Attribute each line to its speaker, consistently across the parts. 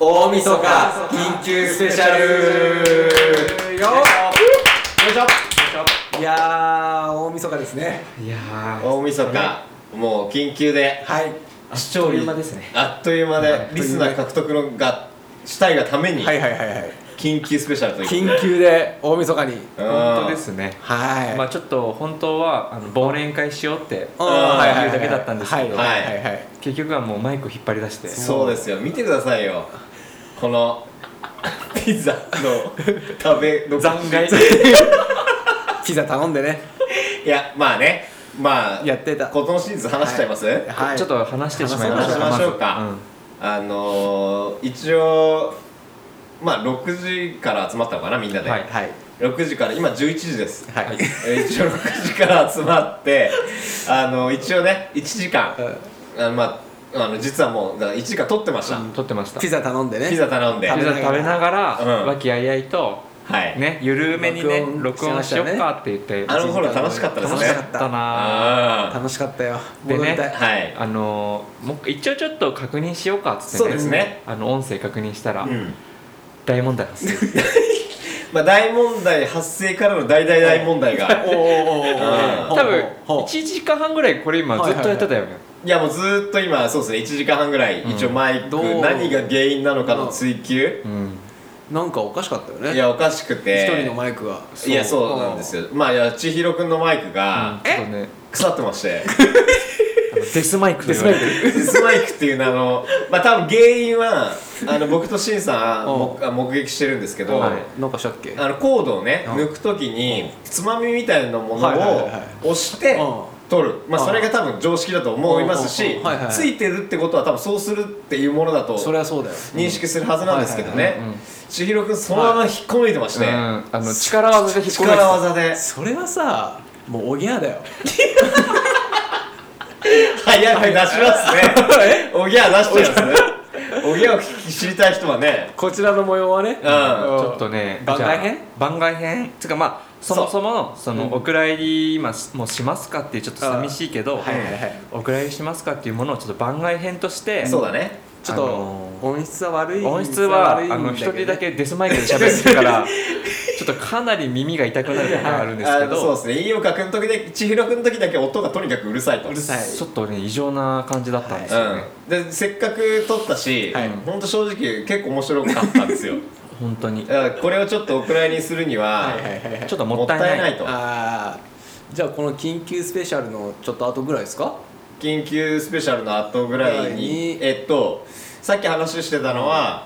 Speaker 1: 大晦日緊急スペシャル
Speaker 2: よいしょ
Speaker 1: いやー大晦日ですね
Speaker 2: いや
Speaker 3: 大晦日もう緊急で
Speaker 1: はい
Speaker 2: ー視聴率ですね
Speaker 3: あっという間でリスナー獲得のがしたいがために
Speaker 1: はいはいはいはい
Speaker 3: 緊急スペシャルということで
Speaker 1: 緊急で大晦日に
Speaker 2: 本当
Speaker 3: うん
Speaker 2: ですね
Speaker 1: はい
Speaker 2: まあちょっと本当はあの忘年会しようって
Speaker 1: うん
Speaker 3: はい
Speaker 2: 言うだけだったんですけど
Speaker 1: はいはいはい
Speaker 2: 結局はもうマイク引っ張り出して
Speaker 3: そうですよ見てくださいよこの ピザの食べ残し
Speaker 2: 残骸
Speaker 1: ピザ頼んでね
Speaker 3: いやまあねまあ
Speaker 1: やってた
Speaker 3: 今年ずつ話しちゃいます、
Speaker 1: はい
Speaker 2: ちょっと話してしまいま
Speaker 3: 話
Speaker 2: し
Speaker 3: したましょうか、あのー、一応まあ6時から集まったのかなみんなで、
Speaker 2: はい
Speaker 1: はい
Speaker 3: 6時から今11時です
Speaker 1: はい
Speaker 2: はい
Speaker 3: えー一応6時から集まってあの一応ね1時間あのまああの実はもうだから1時間取ってました、
Speaker 2: うん撮ってました
Speaker 1: ピ
Speaker 2: ピ
Speaker 1: ザ頼んでね
Speaker 3: ピザ頼んで
Speaker 1: 食
Speaker 2: ザ食べながら
Speaker 3: うん
Speaker 2: 和気あいあいと
Speaker 3: はい、
Speaker 2: ね緩めにね
Speaker 1: 録音
Speaker 2: 録音しようかって言って
Speaker 3: あの頃楽しかったですね
Speaker 2: 楽しかったなぁ
Speaker 3: あ
Speaker 1: 楽しかったよ
Speaker 2: でね
Speaker 1: 戻りたい、
Speaker 3: あはい
Speaker 2: あのーもう一応ちょっと確認しようかっつって
Speaker 3: そうですね
Speaker 2: あの音声確認したら
Speaker 3: うん
Speaker 2: 大問題発生
Speaker 3: まあ大問題発生からの大大大問題が
Speaker 1: おーおーおーおー
Speaker 3: ほ
Speaker 2: 多分
Speaker 1: ほうほう
Speaker 2: 1時間半ぐらいこれ今ずっとやってたよね
Speaker 3: いやもうずーっと今そうですね1時間半ぐらい、
Speaker 2: うん
Speaker 3: 一応マイク
Speaker 1: どう
Speaker 3: 何が原因なのかの追求、
Speaker 2: うん
Speaker 1: なんかおかしかったよね
Speaker 3: いやおかしく
Speaker 1: 一
Speaker 3: て
Speaker 1: 人のマイクが
Speaker 3: いやそうなんですよまあいや千尋くんのマイクが
Speaker 2: ちょっとね
Speaker 3: 腐ってまして
Speaker 2: あのデスマイクと言われてる
Speaker 3: スマイクっていう名のまあ多分原因はあの僕とシンさん
Speaker 1: うん
Speaker 3: もあ目撃してるんですけど、
Speaker 2: はい
Speaker 1: なんかしたっけ
Speaker 3: あのコードをね
Speaker 1: うん
Speaker 3: 抜くときにつまみみたいなもの
Speaker 1: はいはいはいは
Speaker 3: を押して
Speaker 1: うん
Speaker 3: 取るまあ
Speaker 1: うん
Speaker 3: それが多分常識だと思います
Speaker 1: う
Speaker 3: し
Speaker 1: んはいはいはい
Speaker 3: ついてるってことは多分そうするっていうものだと
Speaker 1: それはそうだよ
Speaker 3: 認識するはずなんですけどね
Speaker 2: うんうんうん
Speaker 3: 千尋くんそのまま引っこ抜いてまし
Speaker 2: う
Speaker 3: て
Speaker 2: んあの力技で引っ込めて
Speaker 3: 力技で
Speaker 1: それはさもうおぎやだよ
Speaker 3: 早く出します ねおぎゃ出しちゃいますねおぎゃを知りたい人はね
Speaker 1: こちらの模様はね
Speaker 2: ち
Speaker 3: うん
Speaker 2: ょっとね
Speaker 1: 番外編
Speaker 2: じゃあ番外編つうかまあそもそもそのお蔵入り今しもうしますかっていうちょっと寂しいけど、
Speaker 1: はいはいはい
Speaker 2: お蔵入りしますかっていうものをちょっと番外編として
Speaker 3: そうだね
Speaker 1: ちょっと、
Speaker 2: あのー
Speaker 1: 音質は悪い
Speaker 2: 音質は
Speaker 1: 悪いん
Speaker 2: あの一
Speaker 1: けどね
Speaker 2: 人だけデスマイクで喋ってるからちょっとかなり耳が痛くなることがあるんですけ
Speaker 3: あそう
Speaker 2: ど
Speaker 3: ですね飯岡君の時だけ千尋君の時だけ音がとにかくうるさいと
Speaker 1: うるさい
Speaker 2: ちょっとね異常な感じだったんですよね、
Speaker 3: うん、でせっかく撮ったし、
Speaker 1: はい
Speaker 3: ほんと正直結構面白かったんですよ
Speaker 2: 本当に
Speaker 3: だからこれをちょっとお蔵入りにするには
Speaker 1: はいはいはいはい
Speaker 2: ちょっともったいない
Speaker 3: と
Speaker 1: あーじゃあこの緊急スペシャルのちょっと後ぐらいですか
Speaker 3: 緊急スペシャルの後ぐらいに、
Speaker 1: ぐらいに
Speaker 3: えっとさっき話してたのは、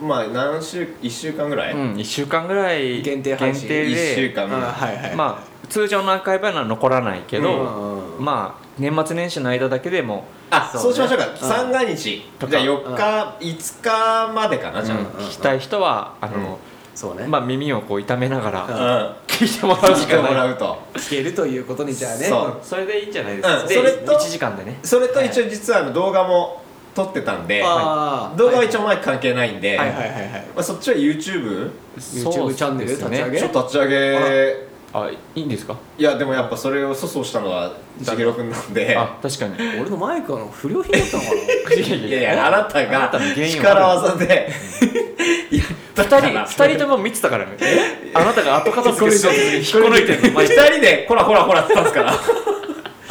Speaker 3: まあ何週1週間ぐらい、
Speaker 2: うん、1週間ぐらい
Speaker 1: 限定配信
Speaker 2: 限定で
Speaker 3: 1週間
Speaker 1: あーはいはい
Speaker 2: まあ通常のアーカイブは残らないけど、
Speaker 1: うんうん
Speaker 2: まあ年末年始の間だけでも
Speaker 3: あそう,、
Speaker 1: そうね
Speaker 3: しましょうか、
Speaker 1: ん
Speaker 3: 三が日
Speaker 2: とか
Speaker 3: じゃあ4日、5日までかなじゃあ、
Speaker 2: うん聞きたい人はあの、
Speaker 1: そうね、
Speaker 2: まあ、耳をこう痛めながら
Speaker 3: うん
Speaker 2: 聞いてもらうし
Speaker 3: 聞いて
Speaker 2: か
Speaker 3: も
Speaker 2: な
Speaker 3: ら
Speaker 2: いう
Speaker 3: と
Speaker 1: 聞けるということにじゃあね
Speaker 3: そう
Speaker 2: それでいいんじゃないですか、
Speaker 3: うん
Speaker 2: で
Speaker 3: それと
Speaker 2: 1時間でね
Speaker 3: それと一応実はあの動画も撮ってたんで、
Speaker 1: あー
Speaker 3: 動画は一応マイク関係ないんで、
Speaker 1: はいはいはいはい
Speaker 3: まあ、そっちは YouTube?
Speaker 2: そう
Speaker 1: YouTube チャンネル
Speaker 2: です
Speaker 1: 立ち上げ
Speaker 2: ね
Speaker 3: ちょっと立ち上げ
Speaker 2: あいいんですか
Speaker 3: いやでもやっぱそれを粗相したのは千尋くんなんで
Speaker 2: あ確かにい
Speaker 1: 俺のマイクあの不良品だったのか
Speaker 3: いやいやあなた
Speaker 2: あな
Speaker 3: が
Speaker 2: たの原因は
Speaker 3: 力技でやったか
Speaker 2: 2人
Speaker 3: ら
Speaker 2: 二人とも見てたからねあなたが後片付けしようとして引っこ抜いてるの
Speaker 3: 2人でほらほらほらって言ったんです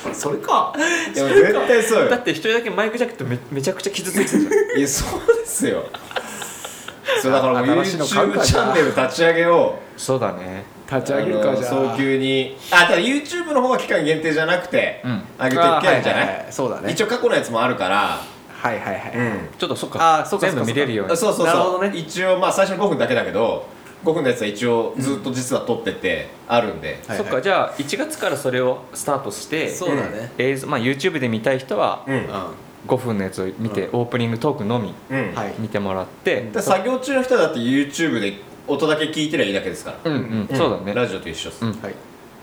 Speaker 3: か
Speaker 1: なそれから
Speaker 3: いや絶対そう
Speaker 2: だ
Speaker 3: よ
Speaker 2: って一人だけマイクジャックとめめちゃくちゃ傷ついてたじゃん
Speaker 3: いやそうですよそうだからも
Speaker 1: 新
Speaker 3: う
Speaker 1: しい
Speaker 3: YouTube
Speaker 1: の
Speaker 3: チ
Speaker 1: 買うかな
Speaker 3: ャンネル立ち上げを
Speaker 2: そうだね
Speaker 1: 立ち上げるかじゃあ
Speaker 3: あの早急にあただ YouTube の方は期間限定じゃなくて、
Speaker 2: うん
Speaker 3: 上げていけばいいんじゃない、
Speaker 1: あーはいはいはいそうだね
Speaker 3: 一応過去のやつもあるから、
Speaker 1: はいはいはい、
Speaker 3: う
Speaker 2: ちょっとそっか
Speaker 1: あそっかそっか
Speaker 2: 全部見れるように
Speaker 3: ん、そうそうそう
Speaker 1: なるほどね
Speaker 3: 一応まあ最初の5分だけだけど5分のやつは一応ずっと実は撮っててあるんで、
Speaker 1: はい
Speaker 2: そっかじゃあ1月からそれをスタートして
Speaker 1: そうだね
Speaker 2: 映像まあ YouTube で見たい人は
Speaker 3: うん、う
Speaker 1: うん
Speaker 3: ん
Speaker 1: は
Speaker 2: 5分のやつを見て、オープニングトークのみ
Speaker 1: いはい
Speaker 2: 見てもらって
Speaker 3: だから作業中の人はだって YouTube で音だけ聞いてりゃいいだけですから、
Speaker 2: うんうん、そうだね
Speaker 3: ラジオと一緒です、
Speaker 2: うん
Speaker 1: い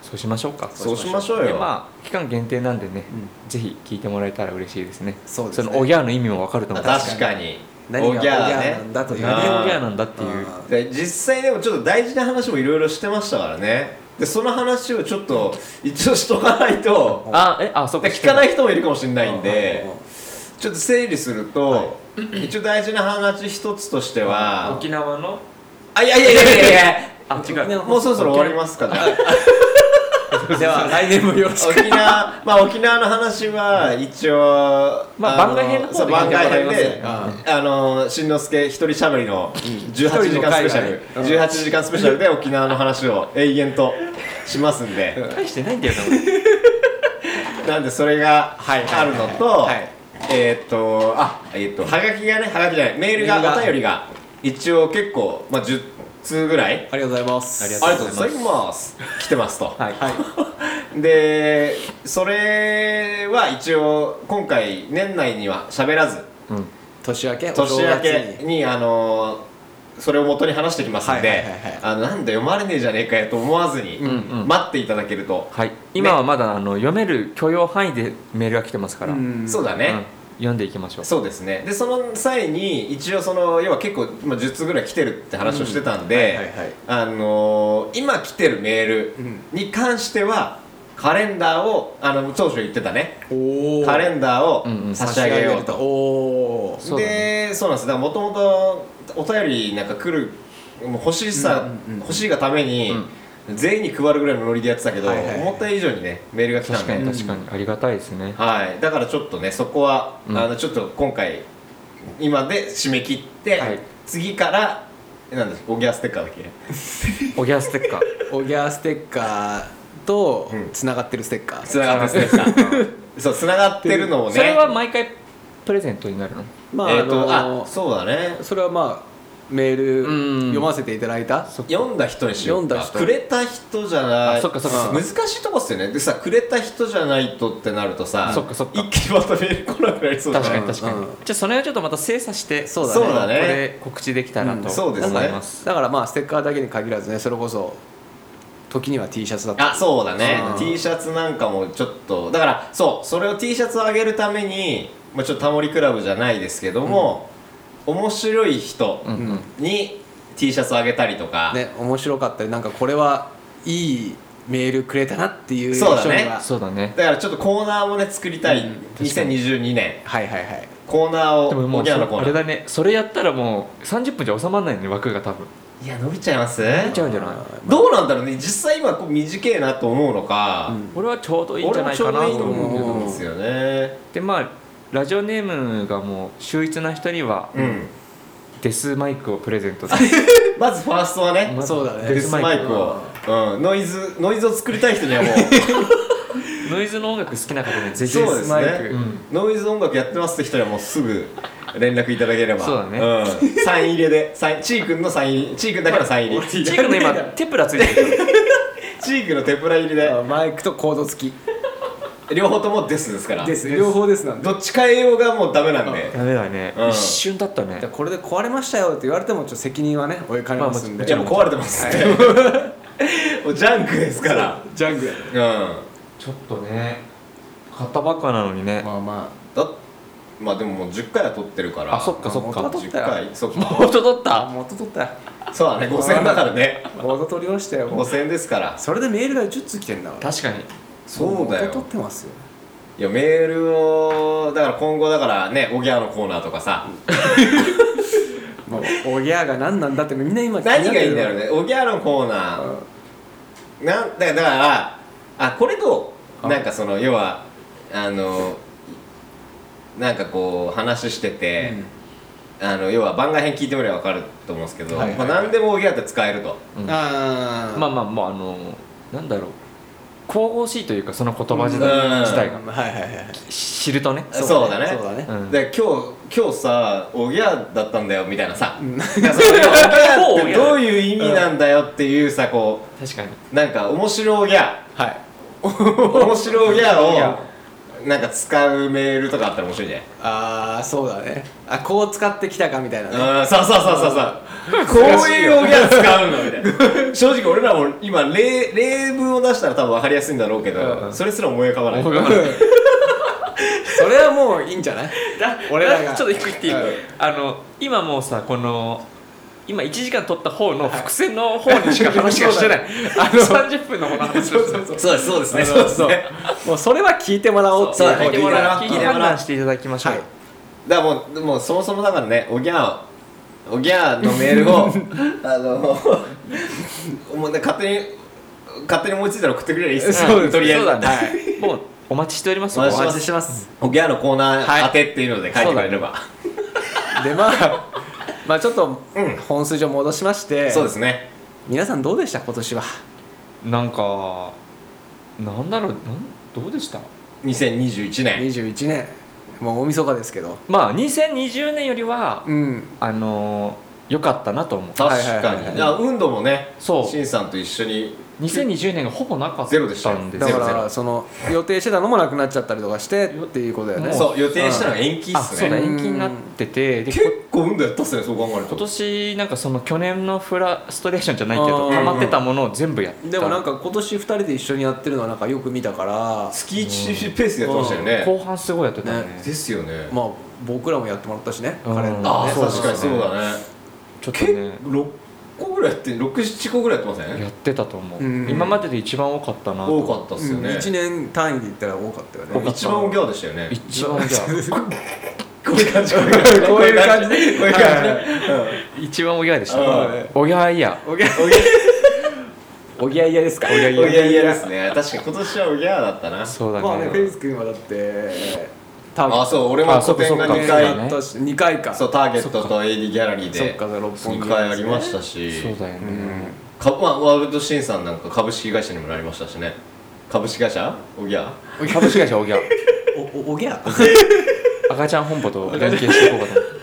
Speaker 2: そうしましょうか
Speaker 3: そうしましょう
Speaker 2: で
Speaker 3: よ、
Speaker 2: まあ期間限定なんでね、ぜひ聞いてもらえたら嬉しいですね
Speaker 1: そうですね
Speaker 2: のおぎゃーの意味もわかると思う
Speaker 3: あ確かに
Speaker 1: 何が
Speaker 3: おぎゃー
Speaker 1: おぎゃーなんだという
Speaker 2: 何
Speaker 3: あー
Speaker 2: でおぎゃーなんだっていう
Speaker 1: あ
Speaker 3: で実際でもちょっと大事な話もいろいろしてましたからねでその話をちょっと一応しとかないと
Speaker 2: あえあそっか
Speaker 3: で聞かないい人もいるかもしれないんで
Speaker 1: うんうんうん
Speaker 3: ちょっと整理すると、一応大事な話一つとしては、
Speaker 2: 沖縄の
Speaker 3: あいやいやいやいやい
Speaker 2: あ違う
Speaker 1: ね
Speaker 3: やもうそろそろ終わりますかじゃあ
Speaker 1: で は来年もよろしく
Speaker 3: 沖縄まあ沖縄の話は一応
Speaker 2: まあ
Speaker 3: の
Speaker 2: 番外編の方で
Speaker 3: そう番外編
Speaker 2: 聞いて
Speaker 3: で
Speaker 2: もらいま
Speaker 3: あのしんのすけ一人しゃべりの18
Speaker 1: 一
Speaker 3: 時
Speaker 1: 人の
Speaker 3: 間ス
Speaker 1: 回が
Speaker 3: ペ
Speaker 1: ね
Speaker 3: シャル
Speaker 1: うん
Speaker 3: 18時間スペシャルで沖縄の話を永遠としますんで
Speaker 2: 大してないんだよな
Speaker 3: なんでそれが
Speaker 1: はいはい
Speaker 3: あ
Speaker 1: はい
Speaker 3: るのと
Speaker 1: はい
Speaker 3: えーっとあえーっとはがきがねはがきじゃないメー
Speaker 1: メ
Speaker 3: ル
Speaker 1: ール
Speaker 3: が
Speaker 1: が
Speaker 3: お便りが一応結構まあ10通ぐらい
Speaker 1: ありがとうございます
Speaker 2: ありが
Speaker 3: あ
Speaker 2: と
Speaker 3: りがとうございます来てます と
Speaker 2: はい
Speaker 1: はい
Speaker 3: でそれは一応今回年内には喋らず
Speaker 2: うん
Speaker 1: 年明けお
Speaker 3: 年
Speaker 1: 正
Speaker 3: 明
Speaker 1: 月
Speaker 3: け
Speaker 1: に
Speaker 3: にあのーそれを元に話してきますん
Speaker 1: はい
Speaker 3: で
Speaker 1: はいはいはい
Speaker 3: あのなんだ読まれねえじゃねえかよと思わずに
Speaker 2: んうん
Speaker 3: 待っていただけると、
Speaker 2: はい今はまだあの読める許容範囲でメールが来てますから
Speaker 1: うん
Speaker 3: そうだ
Speaker 2: うん
Speaker 3: ね、
Speaker 2: 読んでいきましょう
Speaker 3: そうですねでその際に一応その要は結構、まあ、10通ぐらい来てるって話をしてたんで、
Speaker 1: うんはいはいはい
Speaker 3: あのー今来てるメールに関してはカレンダーをあの当初言ってたね
Speaker 1: おお
Speaker 3: カレンダー
Speaker 2: うんう
Speaker 3: を
Speaker 2: ん
Speaker 3: 差し上げようと。
Speaker 1: おお
Speaker 2: そうだ
Speaker 3: でそうなんですだからもともとお便りなんか来るもう欲しさ、
Speaker 1: うんうんうん
Speaker 3: 欲しいがために、全員に配るぐらいのノリでやってたけど、
Speaker 1: はいはいはい
Speaker 3: 思った以上にねメールが来た
Speaker 2: 確
Speaker 3: ん
Speaker 2: かに
Speaker 3: で、
Speaker 2: 確かにありがたいですね
Speaker 3: はい、だからちょっとねそこは、
Speaker 2: うん
Speaker 3: あのちょっと今回今で締め切って、
Speaker 2: はい
Speaker 3: 次からなんだおぎゃステッカーだっけ
Speaker 2: おぎゃステッカー
Speaker 1: おぎゃーステッカーと
Speaker 3: うん
Speaker 1: つながってるステッカー、
Speaker 3: つながってるステッカーそうつながってるのをね
Speaker 2: それは毎回プレゼントになるの
Speaker 1: まあ、
Speaker 3: え
Speaker 1: あ
Speaker 3: ーと
Speaker 1: の
Speaker 3: あそうだね
Speaker 1: それはまあメー
Speaker 2: うん
Speaker 1: ル読ませていただいた
Speaker 3: 読んだ人にしようか
Speaker 1: 読んだ人
Speaker 3: くれた人じゃない
Speaker 2: あそっかそっか
Speaker 3: うん難しいとこっすよねでさくれた人じゃないとってなるとさ
Speaker 2: そっかそっか
Speaker 3: 一気にまたメール来なくなりそうだ
Speaker 2: 確かに
Speaker 1: ん
Speaker 2: 確かに、
Speaker 1: うん
Speaker 2: じゃあその辺をちょっとまた精査して
Speaker 1: そうだね
Speaker 3: そうだね
Speaker 2: これ告知できたら
Speaker 1: う
Speaker 2: と
Speaker 1: ん
Speaker 3: そう
Speaker 2: 思
Speaker 3: で
Speaker 2: い
Speaker 3: すね
Speaker 2: ます、
Speaker 1: だからまあステッカーだけに限らずねそれこそ時には T シャツだった
Speaker 3: あそうだね
Speaker 1: うん
Speaker 3: T シャツなんかもちょっとだからそうそれを T シャツをあげるために、まあ、ちょっとタモリクラブじゃないですけども、面白い人
Speaker 2: うんうん
Speaker 3: に T シャツをあげたりとか、
Speaker 1: ね面白かったりなんかこれはいいメールくれたなっていう
Speaker 3: そうだね
Speaker 1: 人には
Speaker 2: そうだね
Speaker 3: だからちょっとコーナーもね作りたい、
Speaker 1: うん
Speaker 3: 2022年
Speaker 1: はいはいはい
Speaker 3: コーナーを
Speaker 2: でもも
Speaker 3: お
Speaker 2: う
Speaker 3: ぎゃのコ
Speaker 2: そあれ
Speaker 3: ーナー
Speaker 2: だねそれやったらもう30分じゃ収まらないね枠が多分
Speaker 3: いや伸びちゃいます
Speaker 2: 伸びちゃうんじゃない
Speaker 3: どうなんだろうね実際今こう短いなと思うのか、
Speaker 1: うん
Speaker 2: 俺はちょうどいいんじ
Speaker 3: 俺
Speaker 2: ゃな
Speaker 3: も
Speaker 2: い
Speaker 3: ちょ
Speaker 2: か
Speaker 3: う
Speaker 2: な
Speaker 3: ど
Speaker 2: と
Speaker 3: いいと
Speaker 2: 思うけど
Speaker 3: 思うんですよね
Speaker 2: でまあラジオネームがもう秀逸な人には
Speaker 3: うん、
Speaker 2: デスマイクをプレゼント
Speaker 3: まずファーストはね
Speaker 2: まず
Speaker 1: そうだね
Speaker 2: デ
Speaker 3: デ
Speaker 2: ス
Speaker 3: ス
Speaker 2: マ
Speaker 3: マ
Speaker 2: イ
Speaker 3: イ
Speaker 2: ク
Speaker 3: クを、うん、ノイズノイズを作りたい人に はもう
Speaker 2: ノイズの音楽好きな方にぜひ
Speaker 3: そうですね
Speaker 1: マイク
Speaker 2: うん
Speaker 3: ノイズ音楽やってますって人にはもうすぐ連絡いただければ
Speaker 2: そうだね
Speaker 3: うん、サイン入れでサインチー君のサイン入りチー君だけのサイン 入り
Speaker 2: チークの今テプラついてるから
Speaker 3: チー君の手プラ入りで
Speaker 1: あマイクとコード付き
Speaker 3: 両方ともですですから
Speaker 1: です両方ですなんで
Speaker 3: どっちか栄養がもうダメなんで
Speaker 2: ダメだね、
Speaker 3: うん
Speaker 2: 一瞬だったね
Speaker 1: じゃあこれで壊れましたよって言われてもちょっと責任はね負いかねますん
Speaker 2: まあ
Speaker 1: で
Speaker 3: いやもう壊れてますね、 もうジャンクですから
Speaker 1: ジャングや
Speaker 3: うん
Speaker 2: ちょっとね買ったばっかなのにね、
Speaker 1: まあま
Speaker 3: だまあでももう10回は取ってるから
Speaker 2: あそっかそっか
Speaker 3: まあ10回そっか
Speaker 2: 元取っ
Speaker 1: あ
Speaker 2: た
Speaker 1: 元取ったよ
Speaker 3: そうだね5000円だからね
Speaker 1: 元取りましたよもう
Speaker 3: 5000円ですから
Speaker 1: それでメールが10通来てんだから
Speaker 2: 確かに
Speaker 3: そうだ
Speaker 1: 元取
Speaker 3: よ
Speaker 1: ってますよ
Speaker 3: いやメールをだから今後だからねおぎゃーのコーナーとかさ
Speaker 1: もうおぎゃーが何なんだってみんな今気になって
Speaker 3: 何
Speaker 1: る
Speaker 3: がいいんだろうねおぎゃーのコーナーなんだからだからあこれと
Speaker 1: あ
Speaker 3: なんかその要はあのなんかこう話してて、あの要は番外編聞いてもらえば分かると思うんですけど、
Speaker 1: はいはいはい
Speaker 3: まあ、何でもおぎゃーって使えると
Speaker 2: うん
Speaker 1: ああ
Speaker 2: まあまあもうあのなんだろう神々しいというかその言葉自
Speaker 3: うん
Speaker 2: 体自体が
Speaker 1: はいはいはい
Speaker 2: 知るとね
Speaker 3: そうだね
Speaker 1: そうだね
Speaker 2: うん
Speaker 3: で今日今日さおぎゃーだったんだよみたいなさ、
Speaker 1: ん
Speaker 3: なんかそのおぎゃーってどういう意味なんだよっていうさこ
Speaker 2: 確かに
Speaker 3: うなんか面白おぎゃ
Speaker 1: はい
Speaker 3: ー面白おぎゃーをなんか使うメールとかあったら面白いんじゃない
Speaker 1: ああそうだねあこう使ってきたかみたいなね
Speaker 3: うんそうそうそうそうそうこういうおぎゃー使うのみたい な正直俺らも今例例文を出したら多分分かりやすいんだろうけど、
Speaker 2: うん
Speaker 3: それすら思い浮かばない
Speaker 2: 思い浮かばない
Speaker 1: それはもういいんじゃない俺らが
Speaker 2: ちょっと低いっていい、
Speaker 1: うん
Speaker 2: あの今もうさこの今1時間取った方の伏線の方にしか話がしてないあの30分の方の話を
Speaker 1: そう
Speaker 3: そうですそうです
Speaker 1: そうそうもうそれは聞いてもらおうって
Speaker 2: そ
Speaker 1: いうう
Speaker 3: 聞いてもらおう
Speaker 2: 聞いて判断していただきましょう、
Speaker 1: はい
Speaker 3: だからもうもうそもそもだからねおぎゃーおぎゃーのメール をあのもうね勝手に勝手に思いついたら送ってくれりゃいいっすね
Speaker 1: そうです
Speaker 3: とりあえず
Speaker 2: そうだねはいもうお待ちしております
Speaker 3: お
Speaker 1: お
Speaker 3: 待
Speaker 1: 待ちしてます
Speaker 3: おぎゃーのコーナ
Speaker 2: はい
Speaker 3: ー当てっていうので書いてくれれば、
Speaker 1: でまあ まあちょっと
Speaker 3: うん
Speaker 1: 本筋を戻しまして、
Speaker 3: そうですね
Speaker 1: 皆さんどうでした今年は
Speaker 2: なんかなんだろうなんどうでした
Speaker 3: 2021年
Speaker 1: 21年もう大晦日ですけど
Speaker 2: まあ2020年よりは
Speaker 1: うん
Speaker 2: あの良かったなと思う
Speaker 3: 確
Speaker 1: は
Speaker 3: か
Speaker 1: いはいはいはい
Speaker 3: にいや運動もね
Speaker 2: そう
Speaker 3: しんさんと一緒に
Speaker 2: 2020年がほぼなかったんです
Speaker 3: ゼロでしたよ
Speaker 1: だか
Speaker 3: ゼロゼ
Speaker 1: ら
Speaker 3: ロ
Speaker 1: その予定してたのもなくなっちゃったりとかしてっていうことだよね
Speaker 2: も
Speaker 3: そう予定したのが延期っ
Speaker 2: あ
Speaker 3: す
Speaker 2: そう
Speaker 3: ね
Speaker 2: だ延期になっててでこ
Speaker 3: 結構運動やったっすねそう考える
Speaker 2: 今
Speaker 3: と
Speaker 2: 年なんかその去年のフラストレーションじゃないけど
Speaker 1: あー
Speaker 2: 溜まってたものを全部やった
Speaker 1: でもなんか今年2人で一緒にやってるのはなんかよく見たから
Speaker 3: 月1ペースでやってましたよね
Speaker 2: 後半すごいやってたね
Speaker 1: ね
Speaker 3: ですよね
Speaker 1: まあ僕らもやってもらったしね
Speaker 2: うん
Speaker 1: カレンダ
Speaker 3: あ
Speaker 1: ー
Speaker 3: あ
Speaker 1: ね
Speaker 2: そう
Speaker 3: 確かにそうだね
Speaker 2: ちょっと
Speaker 3: 結
Speaker 2: ね
Speaker 3: 構6個ぐらいやって67個ぐらいやってませ
Speaker 2: や
Speaker 3: ん
Speaker 2: ってたと思う、
Speaker 1: うん
Speaker 2: 今までで一番多かったなと
Speaker 3: 多
Speaker 2: 思う
Speaker 3: かったっすよね
Speaker 1: 1年単位で言ったら多かったよね
Speaker 3: 一番おぎゃーでしたよね
Speaker 2: 一番じゃ
Speaker 3: こういう感じこう
Speaker 1: こういう感じ
Speaker 3: こういう感
Speaker 2: あ一番おぎゃいでし
Speaker 3: うん
Speaker 2: たおぎゃいや
Speaker 1: おぎゃおぎゃいやですかおぎゃ
Speaker 3: じおぎゃーですね確かに今年はおぎゃーだったな
Speaker 2: そうだね,、
Speaker 1: まあねフェイス君はだって多分
Speaker 3: あそう俺も
Speaker 2: あそ
Speaker 3: 個
Speaker 2: っか
Speaker 3: 展が
Speaker 2: そっかそっ
Speaker 3: 2
Speaker 2: か
Speaker 3: 回
Speaker 2: ね
Speaker 1: 2回か
Speaker 3: そうターゲットと AD ギャラリー
Speaker 1: そっ
Speaker 3: で
Speaker 1: か六本木
Speaker 3: 2回ありましたし
Speaker 2: そうだよね、
Speaker 3: かまあワールドシンさんなんか株式会社にもなりましたしね株式会社おぎゃ
Speaker 2: 株式会社おぎゃ
Speaker 1: おおおぎ ゃ
Speaker 2: 赤ちゃん本舗と連携していこうかと思っ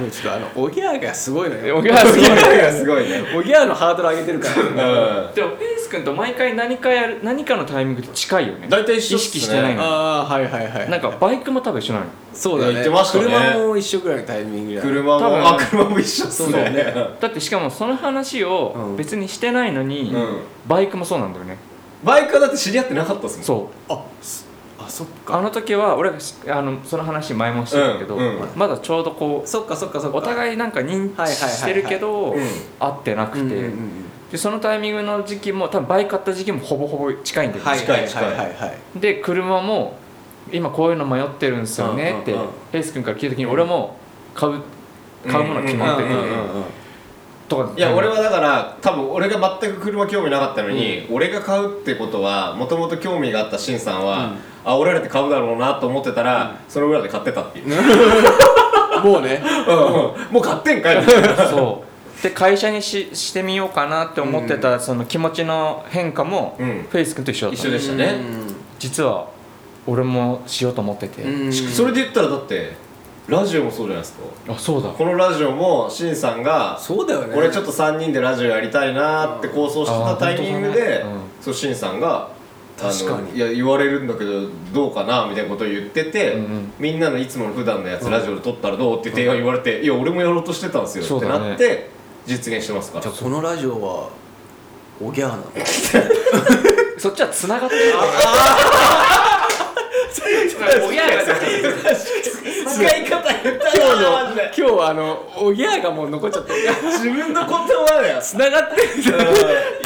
Speaker 1: もうちょっとあのおぎゃがすごいの
Speaker 2: て
Speaker 1: よ
Speaker 2: おぎゃすごい
Speaker 3: ーすごい ね
Speaker 1: おぎゃのハードル上げてるから
Speaker 3: うん
Speaker 2: でもフェイス君と毎回何かやる何かのタイミングって近いよね
Speaker 3: 大体一緒っすね
Speaker 2: 意識してないの
Speaker 1: ああはいはいはい
Speaker 2: なんかバイクも多分一緒なの
Speaker 1: そうだね
Speaker 3: 言ってましたね
Speaker 1: 車も一緒ぐらいのタイミングじゃない
Speaker 3: 車
Speaker 2: 多分
Speaker 3: もあ車も一緒っす
Speaker 1: そうだよね
Speaker 3: ね
Speaker 2: だってしかもその話
Speaker 1: う
Speaker 2: を
Speaker 1: ん
Speaker 2: 別にしてないのに、
Speaker 3: うん
Speaker 2: バイクもそうなんだよね
Speaker 3: バイクはだって知り合ってなかったっすもんう
Speaker 2: そう
Speaker 1: あすあそっ
Speaker 2: あ
Speaker 1: か
Speaker 2: の時は俺がしあのその話前もしてたけど、
Speaker 3: うんうん
Speaker 2: まだちょうどこう
Speaker 1: そっかそっかそっか
Speaker 2: お互いなんか認
Speaker 1: はいはいは
Speaker 2: 知
Speaker 1: いはい
Speaker 2: してるけど、
Speaker 3: うん
Speaker 2: 会ってなくて、
Speaker 1: うんうんうん
Speaker 2: でそのタイミングの時期も多分バイク買った時期もほぼほぼ近いんだよね、
Speaker 1: はい
Speaker 3: 近
Speaker 1: はいい
Speaker 3: 近
Speaker 1: はいいはいはい
Speaker 2: で車も今こういうの迷ってるんですよねって
Speaker 3: うん
Speaker 2: フ
Speaker 3: うんうん
Speaker 2: ェイス君から聞いた時に俺も買う買うもの決まってて
Speaker 3: うんうんうんうん
Speaker 2: とか
Speaker 3: いや俺はだから多分俺が全く車興味なかったのに、俺が買うってことはもともと興味があったしんさんは、煽られて買うだろうなと思ってたら、その裏で買ってたっていう、うん
Speaker 1: もうね
Speaker 3: もう買ってんかいみたいな
Speaker 2: そうで会社にししてみようかなって思ってたその気持ちの変化も
Speaker 3: う
Speaker 2: フ
Speaker 3: ん
Speaker 2: ェイス君と一緒だった
Speaker 3: 一緒
Speaker 2: の
Speaker 3: でしたね
Speaker 2: 実は俺もしようと思ってて
Speaker 1: うん
Speaker 3: それで言ったらだってラジオもそうじゃないですか
Speaker 2: あそうだ
Speaker 3: このラジオもしんさんが
Speaker 1: そうだよね
Speaker 3: 俺ちょっと3人でラジオやりたいなって構想してたタイミン
Speaker 2: あ
Speaker 3: グで、
Speaker 2: ー本当だね
Speaker 3: そうしんさんがあの
Speaker 1: 確かに
Speaker 3: いや言われるんだけどどうかなみたいなことを言ってて、
Speaker 2: うんうん
Speaker 3: みんなのいつもの普段のやつラジオで撮ったらどうって提案言われて、いや俺もやろうとしてたんですよって
Speaker 2: そうだね
Speaker 3: なって実現してますから
Speaker 1: じゃあこのラジオはおぎゃーなの
Speaker 2: そっちはつながってる親が
Speaker 3: 使い方言っ
Speaker 1: 今
Speaker 3: た
Speaker 1: 日
Speaker 3: な
Speaker 1: の今日はあのおぎゃーがもう残っちゃった
Speaker 3: 自分の言葉だよ
Speaker 1: つながってる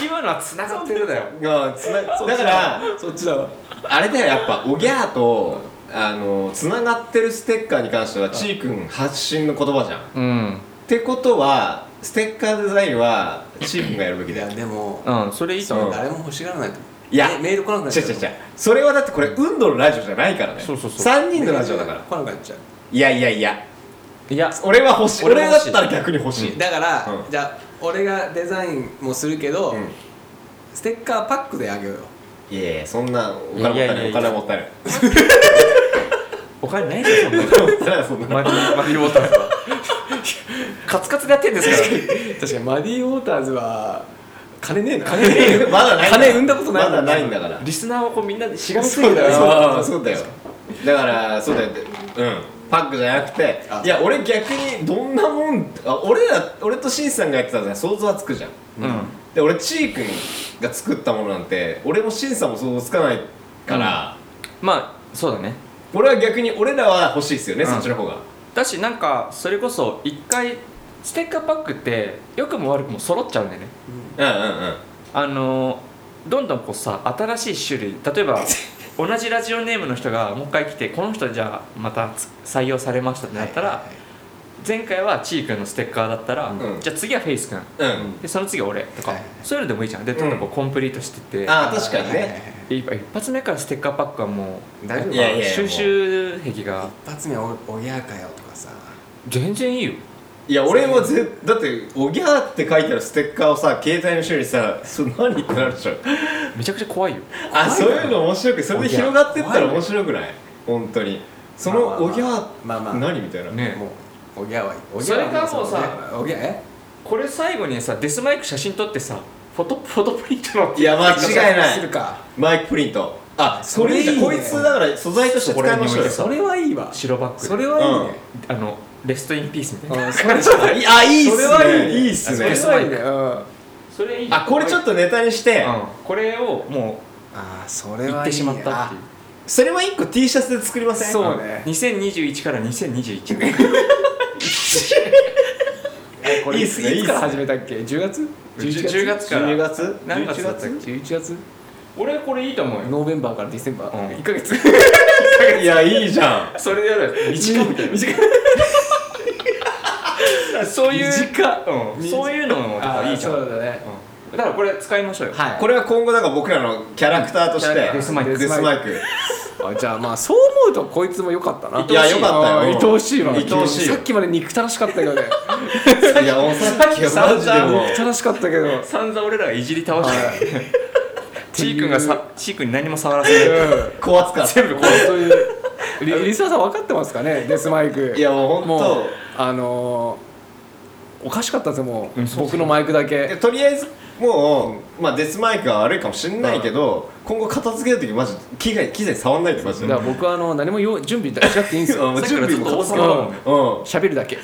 Speaker 2: 今のはつながってるだよ
Speaker 3: うんつなだから
Speaker 1: そっちだわ
Speaker 3: あれだよやっぱおぎゃーとあのつながってるステッカーに関してはちーくん発信の言葉じゃんっ
Speaker 2: うん
Speaker 3: てことはステッカーデザインはちーくんがやるべき
Speaker 1: い
Speaker 3: だよ
Speaker 1: やでも
Speaker 2: うんそれいいと思う
Speaker 3: うん
Speaker 1: 誰も欲しがらないと思う
Speaker 3: いや
Speaker 1: メメール来なくなっ
Speaker 3: 違
Speaker 1: ち
Speaker 3: う
Speaker 1: ゃう
Speaker 3: 違う違うそれはだってこれ運動のラジオじゃないからね
Speaker 2: そうそうそう
Speaker 3: 3人のラジオだから
Speaker 1: 来なくなっちゃう
Speaker 3: いやいやいや
Speaker 2: いや
Speaker 3: 俺は欲しい
Speaker 2: 俺
Speaker 3: 俺
Speaker 2: は
Speaker 3: だ
Speaker 2: 欲
Speaker 3: っ
Speaker 2: しい
Speaker 3: たら逆に欲しい、
Speaker 1: だから、
Speaker 3: うん
Speaker 1: じゃあ俺がデザインもするけど、
Speaker 3: うん
Speaker 1: ステッカーパックであげようよ
Speaker 3: いやいやそんなお金もったいな
Speaker 2: いやい
Speaker 3: い
Speaker 2: やいや
Speaker 3: お金もったいない
Speaker 2: お金ないですよ そんなの
Speaker 3: お金もったいないそんな
Speaker 2: マリーマリーウォーターズはカツカツでやってんですから
Speaker 1: 確かにマディ・ウォーターズは 金ねえな
Speaker 3: 金ねえよまだないんだ
Speaker 1: 金生んだことない
Speaker 3: まだないんだから
Speaker 2: リスナーはこうみんなでしがみつい
Speaker 3: そ
Speaker 2: て
Speaker 3: う
Speaker 2: る
Speaker 3: だよ
Speaker 1: そう
Speaker 3: あーそうだよだからそうだようんパックじゃなくて
Speaker 1: あ
Speaker 3: いや俺逆にどんなもんあ俺ら俺としんさんがやってたら想像はつくじゃん
Speaker 2: うん
Speaker 3: で俺ちーくんが作ったものなんて俺もしんさんも想像つかないから、
Speaker 2: まあそうだね
Speaker 3: 俺は逆に俺らは欲しいですよね、
Speaker 2: うん
Speaker 3: そっちの方が
Speaker 2: だしなんかそれこそ一回ステッカーパックって良くも悪くも揃っちゃうんだよね
Speaker 3: うんうんうん
Speaker 2: あのーどんどんこうさ新しい種類例えば同じラジオネームの人がもう一回来てこの人じゃあまたつ採用されましたってなったら、
Speaker 1: はいはいはい
Speaker 2: 前回はちーくんのステッカーだったら、
Speaker 3: うん
Speaker 2: じゃあ次はフェイスくん
Speaker 3: うん
Speaker 2: でその次は俺とか、
Speaker 1: はい
Speaker 2: そういうのでもいいじゃんでどんどんこうコンプリートしてって、
Speaker 3: あー確かに
Speaker 1: はいはいは
Speaker 3: ね
Speaker 1: い
Speaker 2: で一一発目からステッカーパックはもう
Speaker 1: 大丈夫
Speaker 2: なんか
Speaker 1: いやい
Speaker 3: やいや
Speaker 2: 収集癖が
Speaker 1: 一発目おおぎゃーかよとかさ
Speaker 2: 全然いいよ
Speaker 3: いや俺もぜだって「おぎゃー」って書いてあるステッカーをさ携帯の人にさ「それ何?」ってなるでしょ
Speaker 2: めちゃくちゃ怖いよ
Speaker 3: あそういうの面白くそれで広がってった
Speaker 1: おぎ
Speaker 3: ら
Speaker 1: ゃー
Speaker 3: 面白くない本当にそ
Speaker 1: まあ
Speaker 3: の「
Speaker 1: まあまあ
Speaker 3: おぎゃー」
Speaker 1: まあまあ
Speaker 3: 何みたいな
Speaker 2: ね
Speaker 1: もうおぎゃーはいいおぎ
Speaker 2: そ
Speaker 1: ゃ
Speaker 2: れ
Speaker 1: ー
Speaker 2: か
Speaker 1: は
Speaker 2: もうさ
Speaker 1: おぎゃーえ
Speaker 2: これ最後にさデスマイク写真撮ってさフォトフォトプリントの
Speaker 3: いや間違いな
Speaker 1: する
Speaker 3: い
Speaker 1: か
Speaker 3: マイクプリントあそ
Speaker 1: それ
Speaker 3: れ
Speaker 1: いいね
Speaker 3: こいつだから素材として使いましょうよ
Speaker 2: そ
Speaker 1: それはいいわ
Speaker 2: 白バッグ
Speaker 1: それはいいね
Speaker 2: あのレストインピースみたいな
Speaker 1: うんそれ
Speaker 3: あいいっ
Speaker 1: それはいい
Speaker 3: す
Speaker 1: ね
Speaker 3: ねいいっす
Speaker 1: そ
Speaker 3: ね
Speaker 1: れはいいねうん
Speaker 2: それいい
Speaker 3: あこれちょっ
Speaker 2: と、
Speaker 3: とネタにして
Speaker 2: うん、これをも
Speaker 1: あーそれはい
Speaker 2: う
Speaker 1: い
Speaker 2: 言ってしまったっていう
Speaker 3: それは一個 T シャツで作りません
Speaker 1: そう
Speaker 2: うん
Speaker 1: ね
Speaker 2: 2021から2021年
Speaker 1: てこれ
Speaker 3: いい
Speaker 1: い
Speaker 3: っすね
Speaker 1: つから始めたっけ10月
Speaker 2: 10月から
Speaker 3: 10月
Speaker 2: 何月だったっけ
Speaker 1: 11月
Speaker 2: 俺これいいと思うよ
Speaker 1: ノーベンバーからディセンバ
Speaker 2: うん
Speaker 1: ー1ヶ月
Speaker 3: いやいいじゃ ん
Speaker 2: それでやる短いみたい
Speaker 1: 短
Speaker 2: な そういう
Speaker 1: 短っ
Speaker 2: うん、そういうのも
Speaker 1: あー
Speaker 2: いいじゃん
Speaker 1: そうだね
Speaker 2: うんだからこれ使いましょうよ
Speaker 1: はい
Speaker 3: これは今後だから僕らのキャラクターとして
Speaker 2: デスマイク
Speaker 3: デスマイク
Speaker 1: あじゃあまあそう思うとこいつも良かったない
Speaker 3: やよかったよ
Speaker 1: 愛おしいわ
Speaker 3: 愛おしいよ
Speaker 1: さっきまで憎たらしかったけどね
Speaker 3: いやおさっきはマジでもう
Speaker 1: 憎たらしかったけど
Speaker 2: 散々俺らがいじり倒してちーくんがさちーくんに何も触らせない
Speaker 1: うん
Speaker 3: 高圧感
Speaker 1: 全部こうそういうリリスナーさん分かってますかねデスマイク
Speaker 3: いやもう本当
Speaker 1: もうあのーおかしかったですよもう、
Speaker 2: うんそうそう
Speaker 1: 僕のマイクだ
Speaker 3: で
Speaker 1: け
Speaker 3: とりあえずもう、まあ、デスマイクは悪いかもしんないけど、今後片付ける時マジ機材機材触んないでマジで
Speaker 1: だから僕はあの何も用準備しなくていいんですよ
Speaker 3: うん
Speaker 2: さっきからずっと大阪だもんね
Speaker 3: う
Speaker 1: 喋るだけ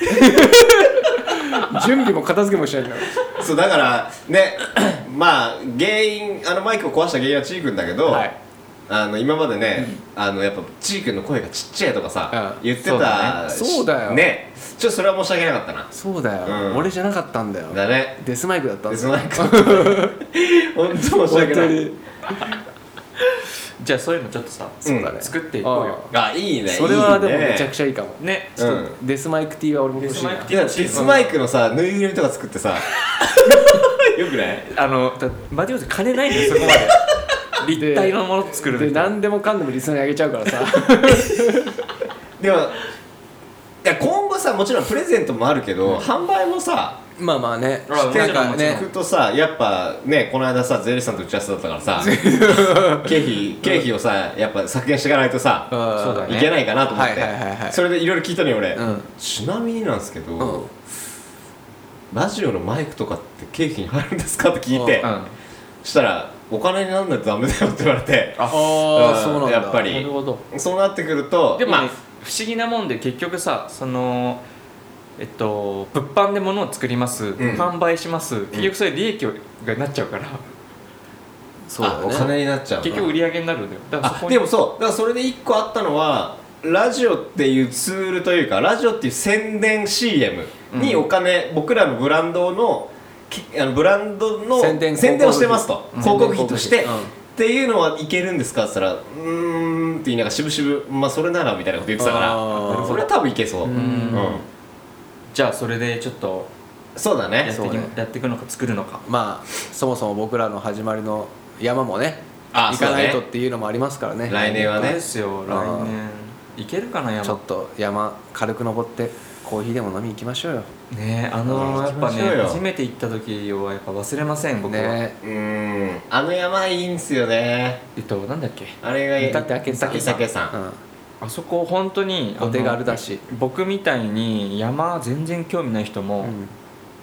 Speaker 1: 準備も片付けもしないんだ
Speaker 3: んそうだからね まあ原因あのマイクを壊した原因はちーくんだけど、
Speaker 1: はい
Speaker 3: あの今までね、あのやっぱちーくんの声がちっちゃいとかさ、
Speaker 1: うん
Speaker 3: 言ってた
Speaker 1: そうだねそうだよ
Speaker 3: ねちょっとそれは申し訳なかったな
Speaker 1: そうだよ、
Speaker 3: うん
Speaker 1: 俺じゃなかったんだよ
Speaker 3: だね
Speaker 1: デスマイクだったんで
Speaker 3: デ
Speaker 1: す
Speaker 3: ス
Speaker 1: よ
Speaker 3: マイク本当申し訳ない
Speaker 2: じゃあそういうのちょっとさ、
Speaker 3: そうだね
Speaker 2: 作っていこうよ
Speaker 3: あいいね
Speaker 1: それはでもめちゃく
Speaker 3: ち
Speaker 1: ちゃいいかも
Speaker 2: ね
Speaker 1: ちょっ
Speaker 3: う
Speaker 1: とデスマイク T は俺も欲しいな
Speaker 2: デスマイク T
Speaker 3: ゃデスマイクのさぬいぐるみとか作っ てさよくない
Speaker 2: あのだマディオス金ないんだよそこまで立体のもの作るの
Speaker 1: で
Speaker 2: に
Speaker 1: 何でもかんでもリスナーにあげちゃうからさ
Speaker 3: でもいや今後さもちろんプレゼントもあるけど、販売もさ
Speaker 1: まあまあ ね
Speaker 2: あもちろ
Speaker 1: な
Speaker 2: ん
Speaker 1: んか
Speaker 2: も
Speaker 1: ね
Speaker 3: 聞くとさやっぱねこの間さ税理士さんと打ち合わせだったから さ経費経費をさやっぱ削減していかないとさ、
Speaker 1: ん
Speaker 2: そうだね
Speaker 3: いけないかなと思って、
Speaker 1: はいはいはいはい
Speaker 3: それでいろいろ聞いたのよ俺、
Speaker 1: うん
Speaker 3: ちなみになんですけど、
Speaker 1: うん
Speaker 3: ラジオのマイクとかって経費に入るんですかって聞いて、
Speaker 2: うん
Speaker 3: したらお金になんないとダメだよって言われて
Speaker 1: あ
Speaker 3: う
Speaker 1: あ
Speaker 3: ん
Speaker 1: そうなんだ
Speaker 3: やっぱり
Speaker 2: なるほど
Speaker 3: そうなってくると
Speaker 2: でも、ね
Speaker 3: まあ
Speaker 2: 不思議なもんで結局さそのえっと物販で物を作ります、
Speaker 3: ん
Speaker 2: 販売します結局それ利益がなっちゃうから、
Speaker 1: そうだ
Speaker 3: あお
Speaker 1: ね
Speaker 3: 金になっちゃうな
Speaker 2: 結局売り上げになるんだよだからそ
Speaker 3: あ
Speaker 2: こに
Speaker 3: でもそうだからそれで一個あったのはラジオっていうツールというかラジオっていう宣伝 CM にお金、僕らのブランドのきあのブランドの
Speaker 1: 宣伝
Speaker 3: をしてますと、
Speaker 1: うん
Speaker 3: 広告費とし
Speaker 1: 宣
Speaker 3: て、
Speaker 1: 伝広告費うん
Speaker 3: っていうのはいけるんですかって言ったらうーんって言いながらしぶしぶまあそれならみたいなこと言ってたか
Speaker 1: あ
Speaker 3: ら
Speaker 1: ー
Speaker 3: それは多分いけそ
Speaker 1: う
Speaker 3: う
Speaker 1: ん
Speaker 3: うん
Speaker 2: じゃあそれでちょっと
Speaker 3: そうだ
Speaker 2: や
Speaker 3: ね
Speaker 2: っていき、
Speaker 1: そうね
Speaker 2: やっていくのか作るのか
Speaker 1: まあそもそも僕らの始まりの山もね
Speaker 3: あ
Speaker 1: 行かない
Speaker 3: そ
Speaker 1: と
Speaker 3: う
Speaker 1: っ
Speaker 3: だね
Speaker 1: ていうのもありますからね
Speaker 3: 来年はね
Speaker 2: 本当ですよ来年いけるかな山
Speaker 1: ちょっと山軽く登ってコーヒーでも飲みに行きましょうよ
Speaker 2: ねあの
Speaker 3: うん
Speaker 2: ー、やっぱ
Speaker 3: 行きましょう
Speaker 2: ね
Speaker 3: よ
Speaker 2: 初めて行った時はやっぱ忘れません僕は、
Speaker 1: ね
Speaker 3: うーんあの山いいんすよね
Speaker 2: えっとなんだっけ
Speaker 3: あれがいい
Speaker 1: だって明さん
Speaker 3: 三宅さん、
Speaker 1: うん
Speaker 2: あそこ本当にあの
Speaker 1: お手軽だし
Speaker 2: 僕みたいに山全然興味ない人も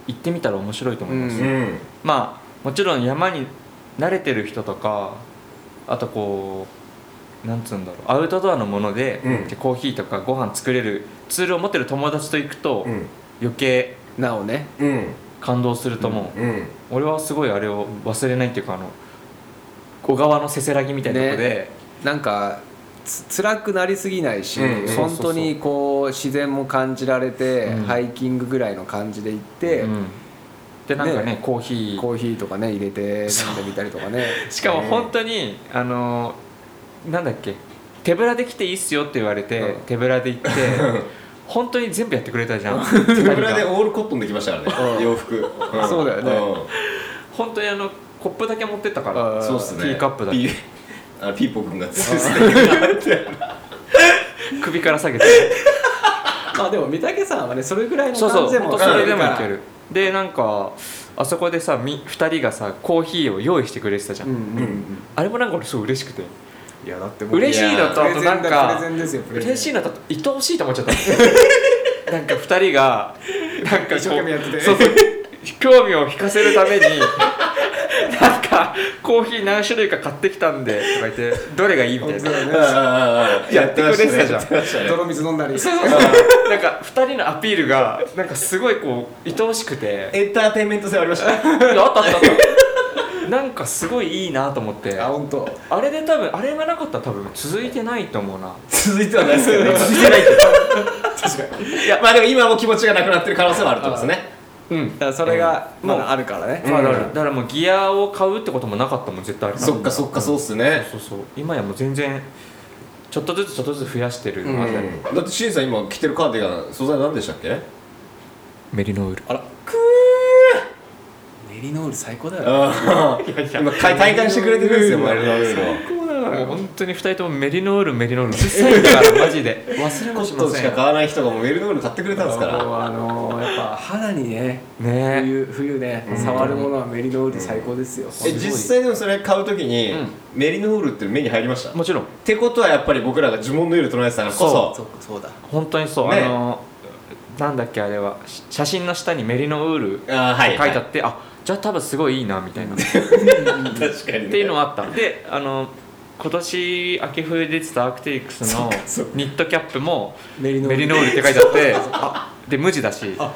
Speaker 2: 行ってみたら面白いと思います、
Speaker 1: う
Speaker 3: うん
Speaker 2: まあもちろん山に慣れてる人とかあとこうなんつうんだろうアウトドアのもので、
Speaker 3: うん
Speaker 2: でコーヒーとかご飯作れるツールを持ってる友達と行くと、
Speaker 3: うん
Speaker 2: 余計
Speaker 1: なおね
Speaker 3: うん
Speaker 2: 感動すると思う、
Speaker 3: うん
Speaker 2: 俺はすごいあれを忘れないっていうかあの小川のせせらぎみたいなとこで、
Speaker 1: なんかつ辛くなりすぎないし、
Speaker 3: うん
Speaker 1: 本当にこう自然も感じられて、
Speaker 2: うん
Speaker 1: ハイキングぐらいの感じで行って、
Speaker 2: うんでなんかね
Speaker 1: ね
Speaker 2: コーヒー
Speaker 1: コーヒーとかね入れて飲んでみたりとかね
Speaker 2: しかも本当に、あのなんだっけ手ぶらで来ていいっすよって言われて、
Speaker 1: うん
Speaker 2: 手ぶらで 行って本当に全部やってくれたじゃん
Speaker 3: 手ぶらでオールコットンできましたから
Speaker 1: うん
Speaker 3: ね洋服ん
Speaker 1: そうだよね
Speaker 2: 本当にあのコップだけ持ってったか
Speaker 1: あ
Speaker 2: ら
Speaker 3: うんそうっすね
Speaker 2: ティーカップだ
Speaker 3: ピーあピーポくんがつつって
Speaker 2: 首から下げて
Speaker 1: まあでも三宅さんはねそれぐらいの
Speaker 2: そうそう
Speaker 1: 感じで
Speaker 2: 本
Speaker 1: も
Speaker 2: 当それでも
Speaker 1: うん
Speaker 2: いけるでなんかあそこでさ2人がさコーヒーを用意してくれてたじゃん、
Speaker 1: うんうんうん
Speaker 2: あれもなんか俺すごい嬉しくて
Speaker 1: いやだってもう
Speaker 2: 嬉しいのと
Speaker 1: プ
Speaker 2: あ
Speaker 1: レ
Speaker 2: と
Speaker 1: ゼ
Speaker 2: な
Speaker 1: ン
Speaker 2: ん
Speaker 1: だ
Speaker 2: か
Speaker 1: プレゼンですよプレゼン
Speaker 2: 嬉しいなと愛おしいと思っちゃった なんか2人がなんかこう
Speaker 1: 一生懸命やってて
Speaker 2: そうそう興味を引かせるためになんかコーヒー何種類か買ってきたんでとか言ってどれがいいみたいな
Speaker 1: 本当だよね
Speaker 2: やってくれてたじゃん
Speaker 1: 泥水飲んだり
Speaker 2: そうそうそうなんか2人のアピールがなんかすごいこう愛おしくて
Speaker 3: エンターテインメント性ありました
Speaker 2: いやあったあったあったなんかすごいいいなと思って
Speaker 1: あ本当
Speaker 2: あれで多分あれがなかったら多分続いてないと思うな
Speaker 3: 続いてはないですけど ね続いてないけど
Speaker 1: 確かに
Speaker 3: いやまあでも今も気持ちがなくなってる可能性はあるってことですね
Speaker 2: うん
Speaker 1: だからそれが
Speaker 2: うん
Speaker 1: まだあるからね
Speaker 3: うん
Speaker 2: まあだからだからもうギアを買うってこともなかったもん絶対ある
Speaker 3: そっかそっかそうっすね
Speaker 2: そうそう今やもう全然ちょっとずつちょっとずつ増やしてる、
Speaker 1: うん
Speaker 2: あたり
Speaker 3: だってしんさん今着てるカーディガン素材何でしたっけ
Speaker 2: メリノウール
Speaker 1: あらメリノール最高だよ
Speaker 3: あ
Speaker 2: いやい
Speaker 3: あ今体体感してくれてるんですよマリノール
Speaker 2: もう本当に2人ともメリノールメリノールうるさいからマジで忘れ
Speaker 3: コ
Speaker 2: もし
Speaker 3: ッ
Speaker 2: ま
Speaker 3: トン
Speaker 2: せ
Speaker 3: し
Speaker 2: ん
Speaker 3: か
Speaker 2: よ
Speaker 3: 買わない人がもうメルノール買ってくれたんですから
Speaker 1: もうあのーやっぱ肌にね
Speaker 2: ね
Speaker 1: 冬冬ね
Speaker 3: うん
Speaker 1: 触るものはメリノール最高ですよ
Speaker 3: え実際でもそれ買うときに、
Speaker 2: うん
Speaker 3: メリノールって目に入りましたっ
Speaker 2: もちろん
Speaker 3: てことはやっぱり僕らが呪文の夜唱えてたからこそ
Speaker 1: そうそうだ
Speaker 2: 本当にそう、
Speaker 3: ね
Speaker 2: あのなんだっけあれはし写真の下にメリノウール
Speaker 3: あーはい
Speaker 2: 書いてあ
Speaker 3: は
Speaker 2: って、あじゃあ多分すごいいいなみたいなっ
Speaker 3: い確かに、ね、
Speaker 2: ていうのはあったであの今年秋冬で出てたアークテリクスのニットキャップも
Speaker 1: メリノー
Speaker 2: メ
Speaker 1: ル
Speaker 2: リノールって書いてあってあで無地だし
Speaker 1: あ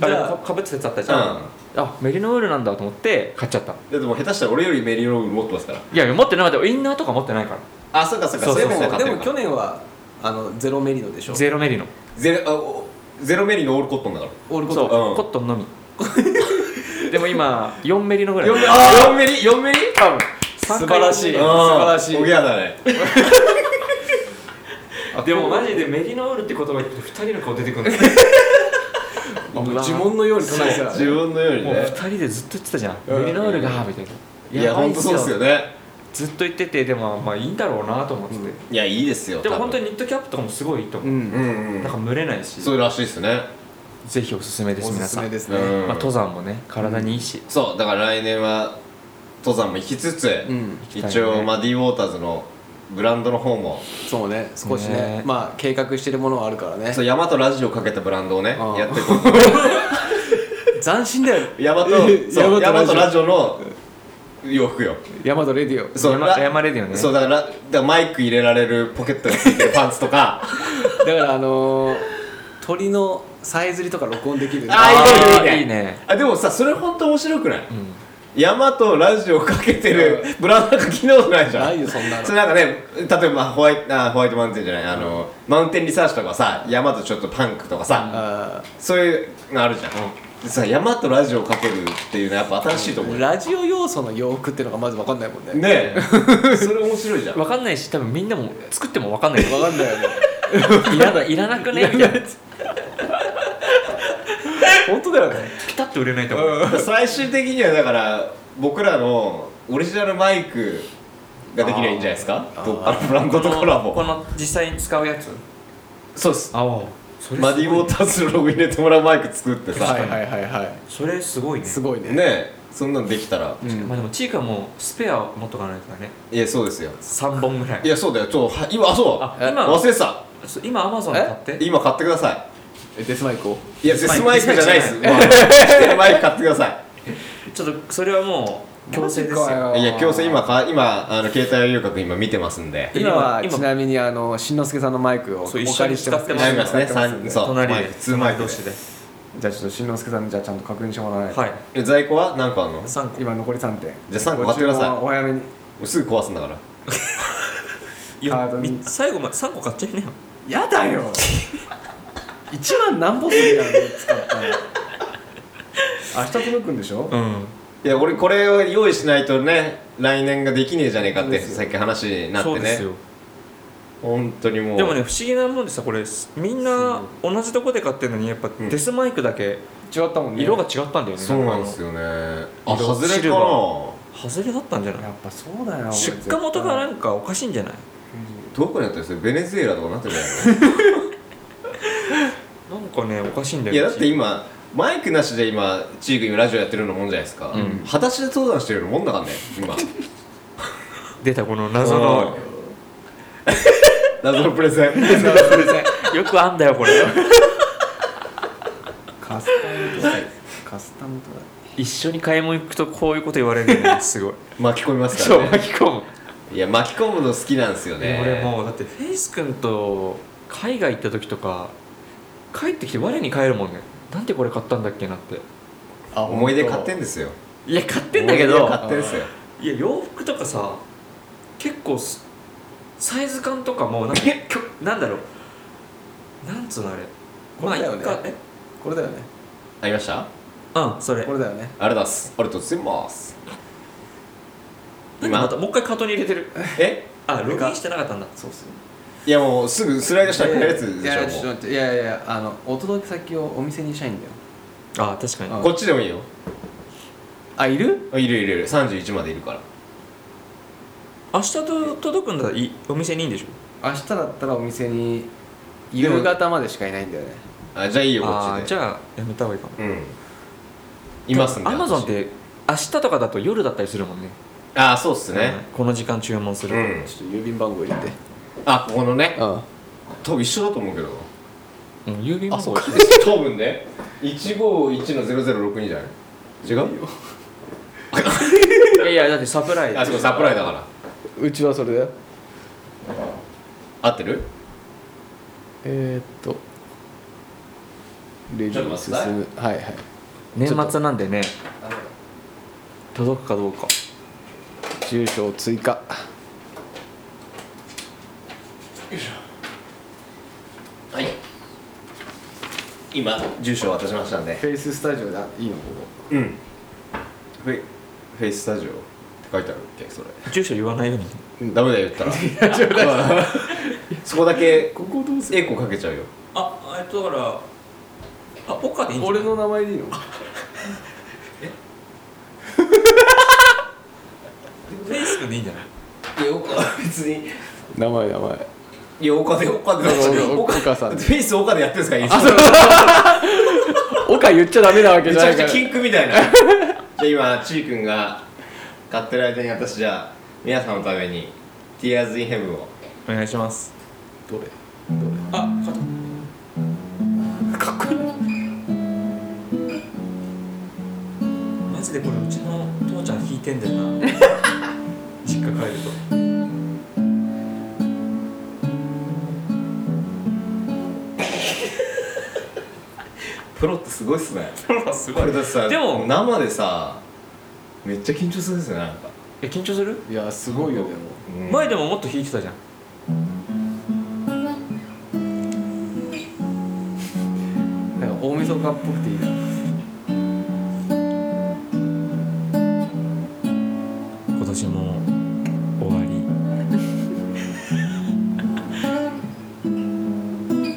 Speaker 2: あれ
Speaker 1: じゃあ
Speaker 2: かかぶってたやつあったじゃん、
Speaker 3: うん
Speaker 2: あメリノールなんだと思って買っちゃった
Speaker 3: だってもう下手したら俺よりメリノール持ってますから
Speaker 2: いや持ってなかったインナーとか持ってないから
Speaker 3: あそうかそうか
Speaker 2: そう
Speaker 3: そ
Speaker 2: そうう
Speaker 3: い
Speaker 1: で
Speaker 3: うも
Speaker 1: も
Speaker 3: んが買っ
Speaker 1: で
Speaker 3: てる
Speaker 1: も
Speaker 3: か
Speaker 1: 去年はあのゼロメリノでしょ
Speaker 2: ゼロメリノ
Speaker 3: ゼロあおゼロメリのオールコットンだから
Speaker 1: オールコッ
Speaker 2: そう、
Speaker 1: ト
Speaker 3: うん
Speaker 2: コットンのみでも今4メリノぐらい
Speaker 3: 4メリあ4メリ4メリ
Speaker 2: 多分
Speaker 1: 素晴らしい
Speaker 3: うん
Speaker 1: 素晴らしい
Speaker 3: おぎゃだね
Speaker 2: でもマジでメリノールって言葉言って2人の顔出てくるんです
Speaker 1: あもう呪文のように唱えてた
Speaker 3: 自分のように
Speaker 2: もう2
Speaker 3: ね
Speaker 2: 人でずっと言ってたじゃん、
Speaker 1: うん
Speaker 2: メリノールがみたいない
Speaker 3: や
Speaker 2: ば
Speaker 3: ほんとそうっすよね
Speaker 2: ずっと言っててでもまあいいんだろうなと思ってて、
Speaker 3: いやいいですよ
Speaker 2: でも本当
Speaker 3: に
Speaker 2: にニットキャップとかもすごいいいと思
Speaker 1: う
Speaker 2: う、
Speaker 3: うんんうん
Speaker 2: なんか蒸れないし
Speaker 3: そうらしいっすね
Speaker 2: ぜひおすすめです
Speaker 1: お
Speaker 2: 皆
Speaker 1: すす
Speaker 2: さ
Speaker 1: め
Speaker 2: ん
Speaker 1: です
Speaker 3: う
Speaker 1: ね
Speaker 3: ん
Speaker 2: まあ、登山もね体にいいし、
Speaker 3: そうだから来年は登山も行きつつ、
Speaker 1: うん
Speaker 2: きたいね
Speaker 3: 一応マディウォーターズのブランドの方も
Speaker 1: そうね少し
Speaker 2: ね
Speaker 1: ねまあ計画してるものはあるからね
Speaker 3: そう山とラジオかけたブランドをね
Speaker 1: ああ
Speaker 3: やってこう
Speaker 1: 斬新だよ
Speaker 3: 山とそう
Speaker 1: 大
Speaker 3: 山
Speaker 1: 和
Speaker 3: と
Speaker 1: ラ
Speaker 3: ラ
Speaker 1: ジ
Speaker 3: ジオの洋服よ
Speaker 1: オ大和レディオ
Speaker 3: そう
Speaker 2: 山
Speaker 3: ラ
Speaker 2: 山レディオね
Speaker 3: そうだからだからマイク入れられるポケットについてるパンツとか
Speaker 1: だからあのー鳥のさえずりとか録音できる
Speaker 3: あ
Speaker 2: ー
Speaker 3: ーいいねいいね
Speaker 2: いいね
Speaker 3: あでもさそれ本当面白くない、
Speaker 2: ん
Speaker 3: 山とラジオかけてるブランドなんか機能ないじゃん
Speaker 1: ないよそんなの
Speaker 3: それなんかね例えばホワイトあホワイトマウンテンじゃないあの、マウンテンリサーチとかさ山とちょっとパンクとかさ、
Speaker 1: あ
Speaker 3: そういうのあるじゃん、でさ山とラジオかけるっていうのはやっぱ新しいと思う
Speaker 1: ー
Speaker 3: よ
Speaker 1: ラジオ要素の洋服ってのがまず分かんないもんね
Speaker 3: ねえそれ面白いじゃん
Speaker 2: わかんないし多分みんなも作ってもわかんない
Speaker 1: 分かんないよね
Speaker 2: いらないらなくねみたいな
Speaker 1: 本当だよね
Speaker 2: ピタッと売れないと思う、
Speaker 3: 最終的にはだから僕らのオリジナルマイクができればいいんじゃないですか
Speaker 1: あー
Speaker 3: どっかのブランドとコラボ
Speaker 2: この実際に使うやつ
Speaker 3: そうです
Speaker 2: ああそ
Speaker 3: マディウォーターズのロゴ入れてもらうマイク作ってさ、
Speaker 1: はいはいはいは
Speaker 2: それすごいね
Speaker 1: いすごいね
Speaker 3: ねえそんなのできたら、
Speaker 1: うん
Speaker 2: まあでもチーカもスペアを持っとかないからね
Speaker 3: いやそうですよ
Speaker 2: 3本ぐらい
Speaker 3: いやそうだよちょは今あそう
Speaker 2: あ
Speaker 3: え
Speaker 2: 今
Speaker 3: 忘れてた
Speaker 2: そ今アマゾンで買って
Speaker 3: 今買ってくださ
Speaker 1: えデスマイクを
Speaker 3: いいや
Speaker 2: デ
Speaker 3: デ
Speaker 2: ス
Speaker 3: ス
Speaker 2: マ
Speaker 3: マ
Speaker 2: イ
Speaker 3: イ
Speaker 2: ク
Speaker 3: クじゃないです
Speaker 2: デ
Speaker 3: まあ着てるマイク買ってくださ
Speaker 2: ちょっとそれはもう強制です
Speaker 1: マジか
Speaker 2: よ
Speaker 1: よあ
Speaker 3: い
Speaker 1: ー
Speaker 3: いや強制今か今あの携帯遊郭今見てますんで
Speaker 2: え
Speaker 1: 今は
Speaker 2: 今
Speaker 1: ちなみにあのしんのすけさんのマイクをお
Speaker 2: そ
Speaker 1: 借
Speaker 2: う一
Speaker 1: り
Speaker 2: 緒に
Speaker 1: してます
Speaker 2: 使って
Speaker 3: ありますね
Speaker 1: 一緒に使って
Speaker 3: 三
Speaker 1: ます
Speaker 3: そう
Speaker 2: 隣
Speaker 3: マイ
Speaker 2: で
Speaker 3: ク2マイク
Speaker 2: 同
Speaker 3: で
Speaker 2: 士で
Speaker 1: じゃあちょっとしんのすけさんにじゃあちゃんと確認してもらわないと
Speaker 2: はい
Speaker 3: え在庫は何個あんの
Speaker 2: 3個
Speaker 1: 今残り3点
Speaker 3: じゃあ三個買ってください
Speaker 1: ご注文はお早めに
Speaker 3: すぐ壊すんだから
Speaker 2: よ
Speaker 1: カードに
Speaker 2: み最後まで3個買っちゃいなよ
Speaker 1: やだよ一番なんぼするやん使ったの明日届くんでしょ
Speaker 2: うん
Speaker 3: いや俺これを用意しないとね来年ができねえじゃねえかってさっき話になっ
Speaker 2: そう
Speaker 3: て
Speaker 2: です
Speaker 3: ね
Speaker 2: よ
Speaker 3: 本当にもう
Speaker 2: でもね不思議なもんでさこれみんな同じとこで買ってるのにやっぱ
Speaker 3: ん
Speaker 2: デスマイクだけ
Speaker 1: 違ったもんね
Speaker 2: 色が違ったんだよね
Speaker 3: そうなん
Speaker 2: か
Speaker 3: ですよねあ
Speaker 2: あの
Speaker 3: 外れ
Speaker 2: シル
Speaker 3: か
Speaker 2: バ
Speaker 3: な
Speaker 2: ー外れだったんじゃない
Speaker 1: やっぱそうだよ
Speaker 2: 出荷元がなんかおかしいんじゃない
Speaker 3: どこにあったんですよベネズエラとかなってるじゃない
Speaker 2: なんかねおかしいんだよ
Speaker 3: いやだって今マイクなしで今チーク今ラジオやってるのもんじゃないですか、
Speaker 2: ん
Speaker 3: 裸足で登山してるのもんだからね今
Speaker 2: 出たこの謎の
Speaker 3: 謎のプレゼン
Speaker 2: よくあんだよこれ
Speaker 1: カスタムとかカスタムとか
Speaker 2: 一緒に買い物行くとこういうこと言われるの ねすごい
Speaker 3: 巻き込みますか
Speaker 2: そう
Speaker 3: らね
Speaker 2: 巻き込む
Speaker 3: いや巻き込むの好きなんですよね
Speaker 2: 俺もうだってフェイス君と海外行った時とか帰ってきて我に返るもんねなんでこれ買ったんだっけなって
Speaker 1: あ
Speaker 3: 思い出買ってんですよ
Speaker 2: いや買ってんだけど
Speaker 3: 思い出買ってんですよ
Speaker 2: いや洋服とかさ結構すサイズ感とかもなんかなんだろうなんつうのあれ
Speaker 1: これだよね
Speaker 2: まあいっか
Speaker 1: これだよね
Speaker 3: ありました
Speaker 2: えうんそれ
Speaker 1: これだよね
Speaker 3: あれだっすありがとうございます
Speaker 2: なんでまたもう一回カートに入れてる
Speaker 3: え
Speaker 2: あログインしてなかったんだ
Speaker 1: そうっすね
Speaker 3: いやもうすぐスライドしたら買えるやつ
Speaker 1: い
Speaker 3: で
Speaker 1: やちょっ
Speaker 3: し
Speaker 1: と
Speaker 3: ょも
Speaker 1: 待っていやいやいやあのお届け先をお店にしたいんだよ
Speaker 2: あ確かに
Speaker 1: うん
Speaker 3: うこっちでもいいよ
Speaker 1: あいる
Speaker 3: いるいるいる31までいるから
Speaker 2: 明日と届くんだったらいお店にいいんでしょ
Speaker 1: 明日だったらお店に
Speaker 3: でも
Speaker 1: 夕方までしかいないんだよね
Speaker 3: あじゃあいいよこ
Speaker 2: あ
Speaker 3: っ
Speaker 2: ー
Speaker 3: ち
Speaker 2: じ
Speaker 3: で
Speaker 2: ゃあやめた方がいいかも
Speaker 3: うんいますんで
Speaker 2: アマゾンっ
Speaker 3: 私
Speaker 2: て明日とかだと夜だったりするもんね
Speaker 3: あそうっすね、
Speaker 2: うんこの時間注文する
Speaker 3: う
Speaker 2: と、
Speaker 3: ん
Speaker 1: ちょっと郵便番号入れて
Speaker 3: あここのね
Speaker 1: うん
Speaker 3: 多分一緒だと思うけど
Speaker 2: うん郵便番号
Speaker 3: 多分ね151の0062じゃない違う
Speaker 2: いやいやだってサプライズ
Speaker 3: あそこサプライだから
Speaker 1: うちはそれだよ
Speaker 3: 合ってる
Speaker 1: えー、っとレジ
Speaker 3: ちょっと
Speaker 1: に
Speaker 3: 待
Speaker 1: 進
Speaker 3: ってください
Speaker 1: むはいはい
Speaker 2: 年末なんでね届くかどうか
Speaker 1: 住所を追加
Speaker 3: はい今住所渡しましたんで
Speaker 1: フェイススタジオでいいのこ
Speaker 3: うんフェイフェイススタジオって書いてあるっけそれ
Speaker 2: 住所言わないように
Speaker 3: ダメだよ言 ったらそこだけ
Speaker 1: こここどうす
Speaker 3: エコかけちゃうよ
Speaker 2: あえっとだからあポカでいいんじゃない
Speaker 1: 俺の名前でいいの
Speaker 2: フェイス君でいいんじゃない
Speaker 3: いや岡は別に
Speaker 1: 名前名前
Speaker 3: いや岡で岡で
Speaker 1: お
Speaker 3: 岡
Speaker 1: 岡さん
Speaker 3: だってフェイス岡でやってるんですから
Speaker 1: 岡言っちゃダメなわけ
Speaker 3: め
Speaker 1: じ
Speaker 3: ち
Speaker 1: ゃな
Speaker 3: ゃく
Speaker 1: いか
Speaker 3: ちゃ
Speaker 1: ら
Speaker 3: 禁句みたいな じゃあ今ちーくんが買ってる間に私じゃあ皆さんのために「Tears in Heaven」を
Speaker 2: お願いします
Speaker 1: どれ
Speaker 2: あ買っ
Speaker 1: かっこいい
Speaker 2: たマジでこれうちの父ちゃん弾いてんだよな 実家帰ると
Speaker 3: プロってすごいっすね
Speaker 2: ほらす
Speaker 3: これだってさ
Speaker 2: でも
Speaker 3: 生でさめっちゃ緊張するんですよねなんか、
Speaker 2: え緊張する
Speaker 1: いやすごいよでも
Speaker 3: うん
Speaker 2: 前でももっと弾いてたじゃん
Speaker 1: なんか大晦日っぽくていいな
Speaker 2: 今年も終わり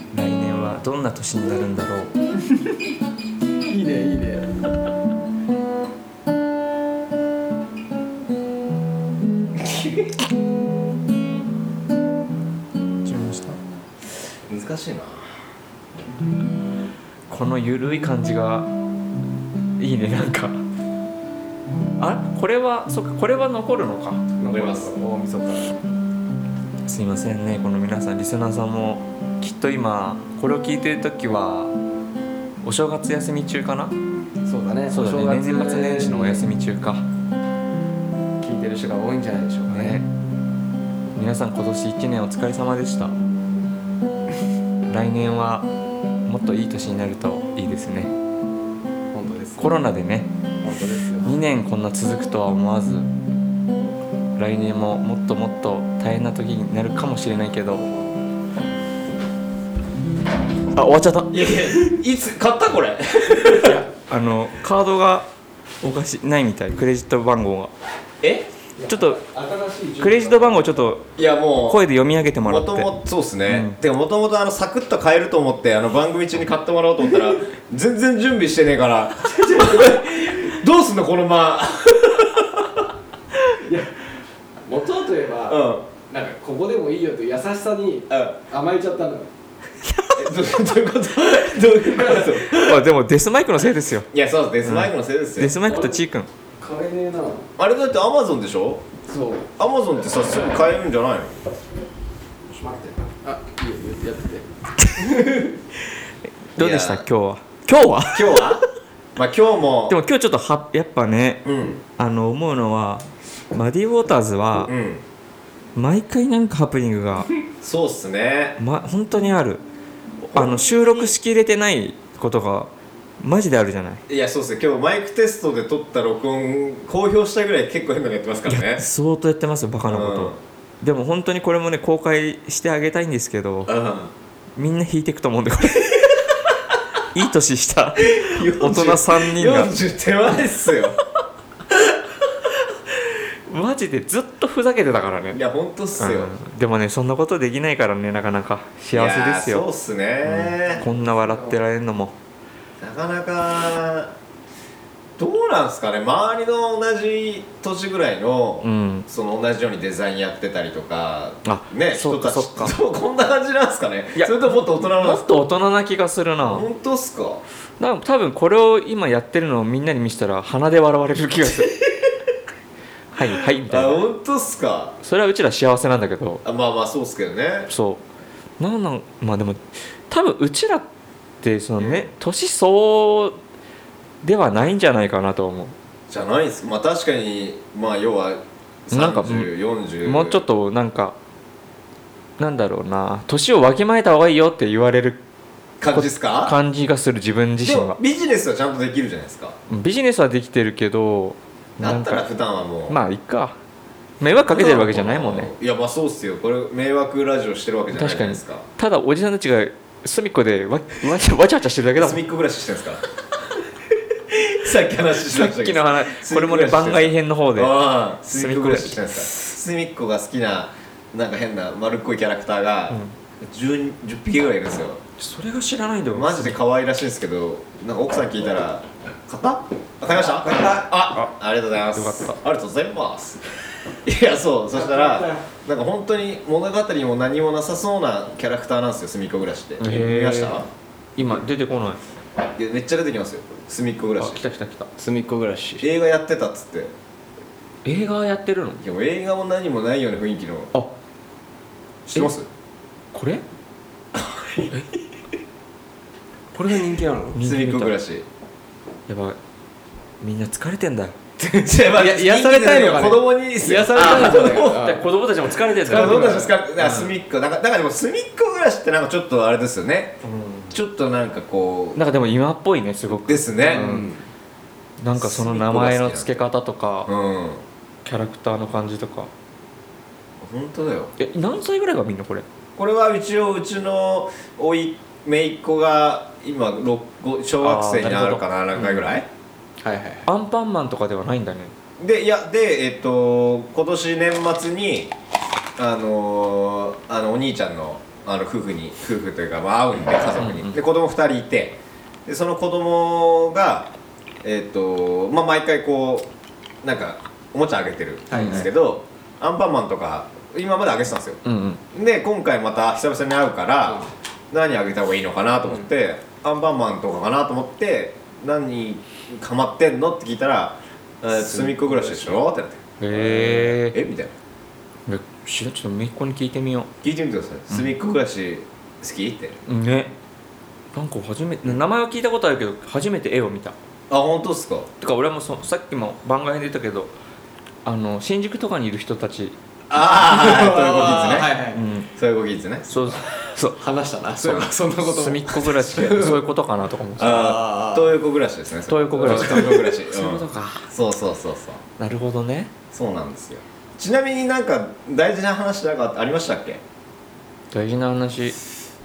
Speaker 2: 来年はどんな年になるんだろう
Speaker 1: いいねいいね
Speaker 2: 注文した
Speaker 3: 難しいな
Speaker 2: このゆるい感じがいいねなんかあこれはそっかこれは残るのか
Speaker 3: 残ります
Speaker 1: 大晦日
Speaker 2: すいませんねこの皆さんリスナーさんもきっと今これを聞いてる時はお正月休み中かな
Speaker 1: そうだね
Speaker 2: そうだ
Speaker 1: お正
Speaker 2: ね
Speaker 1: 月
Speaker 2: 年末年始のお休み中か
Speaker 1: 聞いてる人が多いんじゃないでしょうかね
Speaker 2: ね皆さん今年1年お疲れ様でした 来年はもっといい年になるといいですね
Speaker 1: 本当です
Speaker 2: コロナでね
Speaker 1: 本当ですよ
Speaker 2: 2年こんな続くとは思わず来年ももっともっと大変な時になるかもしれないけどあ終わっちゃった
Speaker 3: いやいやいつ買ったこれ
Speaker 2: あのカードがおかしいないみたいクレジット番号
Speaker 3: え
Speaker 2: がちょっと
Speaker 1: 新しい
Speaker 2: クレジット番号ちょっと
Speaker 3: いやもう
Speaker 2: 声で読み上げてもら
Speaker 3: も
Speaker 2: っ
Speaker 3: と
Speaker 2: て
Speaker 3: もそうですね、でももともとあのサクッと買えると思ってあの番組中に買ってもらおうと思った ら全然準備してねえから どうすんのこの間
Speaker 1: 元といえ
Speaker 3: うん
Speaker 1: ば、
Speaker 3: うん
Speaker 1: なんかここでもいいよと優しさに
Speaker 3: え
Speaker 1: 甘えちゃったの
Speaker 3: どどういうことどういうこと
Speaker 2: あでもデスマイクのせいですよ
Speaker 3: いやそうですデスマイクのせいですよ、
Speaker 2: デスマイクとちーくん
Speaker 1: 買えねえな
Speaker 3: あれだってアマゾンでしょ
Speaker 1: そう
Speaker 3: アマゾンってさすぐ買えるんじゃないの
Speaker 1: ちょっと待ってあいいよいいよやってて
Speaker 2: どうでした
Speaker 3: いや
Speaker 2: 今日は今日は
Speaker 3: 今日はまあ今日も
Speaker 2: でも今日ちょっとはやっぱね
Speaker 3: うん
Speaker 2: あの思うのはマディ・ウォーターズは
Speaker 3: うん
Speaker 2: 毎回なんかハプニングが、
Speaker 3: そうっすね
Speaker 2: ま、本当にあるあの収録しきれてないことがマジであるじゃない
Speaker 3: いやそうっすね今日マイクテストで撮った録音公表したぐらい結構変なのやってますからね
Speaker 2: 相当やってますよバカなこと、でも本当にこれもね公開してあげたいんですけど
Speaker 3: うん、
Speaker 2: みんな引いていくと思うんでこ れいい年した
Speaker 3: うん、
Speaker 2: 大人3人が
Speaker 3: 40手前っすよ
Speaker 2: マジでずっとふざけてたからね
Speaker 3: いやほんとっすよ、
Speaker 2: うんでもねそんなことできないからねなかなか幸せです
Speaker 3: いやそう
Speaker 2: よ
Speaker 3: っすね、
Speaker 2: こんな笑ってられるのも
Speaker 3: なかなかどうなんすかね周りの同じ年ぐらいの、
Speaker 2: うん
Speaker 3: その同じようにデザインやってたりとか
Speaker 2: あ
Speaker 3: ね
Speaker 2: そう
Speaker 3: 人
Speaker 2: か
Speaker 3: たち
Speaker 2: そうか
Speaker 3: そうこんな感じなんすかね
Speaker 2: いや
Speaker 3: それとももっと大人なん
Speaker 2: も
Speaker 3: す
Speaker 2: っ
Speaker 3: か
Speaker 2: と大人な気がするな
Speaker 3: 本当っすか
Speaker 2: なんか多分これを今やってるのをみんなに見せたら鼻で笑われる気が するはいはいみた
Speaker 3: あ
Speaker 2: いな
Speaker 3: 本当っすか
Speaker 2: それはうちら幸せなんだけど
Speaker 3: あまあまあそうっすけどね
Speaker 2: そうなんなんまあでも多分うちらってそのね年相応ではないんじゃないかなと思
Speaker 3: じゃないっすまあ確かにまあ要は
Speaker 2: なんかう
Speaker 3: 3040
Speaker 2: もうちょっとなんかなんだろうな年をわきまえた方がいいよって言われる
Speaker 3: 感じっすか
Speaker 2: 感じがする自分自
Speaker 3: で
Speaker 2: 身
Speaker 3: も
Speaker 2: が
Speaker 3: ビジネスはちゃんとできるじゃないですか
Speaker 2: ビジネスはできてるけどな
Speaker 3: だ
Speaker 2: ん
Speaker 3: ったら
Speaker 2: か
Speaker 3: 普段はもう
Speaker 2: まあいっか迷惑かけてるわけじゃないもんね
Speaker 3: いやまあそうっすよこれ迷惑ラジオしてるわけじゃないじゃ
Speaker 2: 確か
Speaker 3: ないで
Speaker 2: に
Speaker 3: すか
Speaker 2: ただおじさんたちが隅っこでわわちゃわちゃわちゃしてるだけだもん
Speaker 3: 隅っこ暮らししてるんですか さっき話し
Speaker 2: さ
Speaker 3: ま
Speaker 2: っ
Speaker 3: した
Speaker 2: き
Speaker 3: け
Speaker 2: の
Speaker 3: ど
Speaker 2: 話
Speaker 3: 隅
Speaker 2: これもね
Speaker 3: っこ暮らししてる
Speaker 2: 番外編の方で
Speaker 3: ああ隅っこ暮らししてるんですか隅っこが好きななんか変な丸っこいキャラクターが 10, 10匹ぐらいいるんですよ
Speaker 2: それが知らないんだよ
Speaker 3: マジで可愛らしいんですけどなんか奥さん聞いたら「買ったあ買いました買ったあありがとうございます
Speaker 2: よかった
Speaker 3: ありがとうございます」 いやそうそしたらなんか本当に物語も何もなさそうなキャラクターなんですよ隅っこ暮らしって
Speaker 2: ー
Speaker 3: 見ました
Speaker 2: 今出てこない
Speaker 3: いやめっちゃ出てきますよ隅っこ暮ら
Speaker 2: あ
Speaker 3: し
Speaker 2: 来た来た来た
Speaker 1: 隅っこ暮らし
Speaker 3: 映画やってたっつって
Speaker 2: 映画やってるの
Speaker 3: いやもう映画も何もないような雰囲気の
Speaker 2: あ
Speaker 3: 知ってます
Speaker 2: これ
Speaker 1: これが人気なの
Speaker 3: 隅っこ暮らし
Speaker 2: やばいみんな疲れてんだよ
Speaker 3: いやまあ
Speaker 1: や癒されたいのかね
Speaker 3: 子供に癒
Speaker 1: されたいのかねあ
Speaker 2: 子供たちも疲れてる
Speaker 3: だからどうなんです
Speaker 2: か
Speaker 3: か、だから隅っこ、だから、だからでも隅っこ暮らしってなんかちょっとあれですよね。ちょっとなんかこ
Speaker 2: なんかでも今っぽいねすご
Speaker 3: う。
Speaker 2: く
Speaker 3: ですね。
Speaker 1: う
Speaker 3: うんん。
Speaker 2: なんかその名前の付け方とか
Speaker 3: 本
Speaker 2: キャラクターの感じとか
Speaker 3: 当だよ。
Speaker 2: え何歳ぐらいがみんなこれ
Speaker 3: これは一応うちのおい、姪っ子が今六、ご小学生になるかな、
Speaker 2: あーなるほど
Speaker 3: 何回ぐらい。
Speaker 1: はいはい
Speaker 2: アンパンマンとかではないんだね
Speaker 3: で、いや、で、えっと、今年年末に。あのー、あのお兄ちゃんの、あの夫婦に、夫婦というか、まあ、会うんで、家族
Speaker 2: うんうん
Speaker 3: に、で、子供二人いて。で、その子供が、えっと、まあ、毎回こう、なんか、おもちゃあげてるんですけど。アンパンマンとか、今まであげてたんですよ。
Speaker 2: うんうん
Speaker 3: で今回また久々に会うから、何あげた方がいいのかなと思って、アンパンマンとかかなと思って何かまってんのって聞いたら「えー
Speaker 1: すっごい
Speaker 3: 隅っこ暮らしでしょ?」ってなって「
Speaker 2: へえ
Speaker 3: えみたいな
Speaker 2: ちょっとめいっ子に聞いてみよ
Speaker 3: 聞いてみてください「隅っこ暮らし好き?」って
Speaker 2: うねなんか初めて名前は聞いたことあるけど初めて絵を見た
Speaker 3: あ本当っすか
Speaker 2: てか俺もそさっきも番外で言ったけどあの新宿とかにいる人たち、
Speaker 3: ああ
Speaker 1: はいはい
Speaker 3: そういうごきですね
Speaker 2: そうそう
Speaker 1: 話したなそういえばそんなこと
Speaker 2: 隅っこ暮らしでそういうことかなとか思って
Speaker 3: そういうごきです
Speaker 1: あー
Speaker 3: ねああ東横暮らしですねそれ
Speaker 2: 東横暮らし
Speaker 3: 東横暮らし、うん
Speaker 2: そういうことか
Speaker 3: そうそうそうそう
Speaker 2: なるほどね
Speaker 3: そうなんですよちなみになんか大事な話なんかありましたっけ
Speaker 2: 大事な話
Speaker 1: い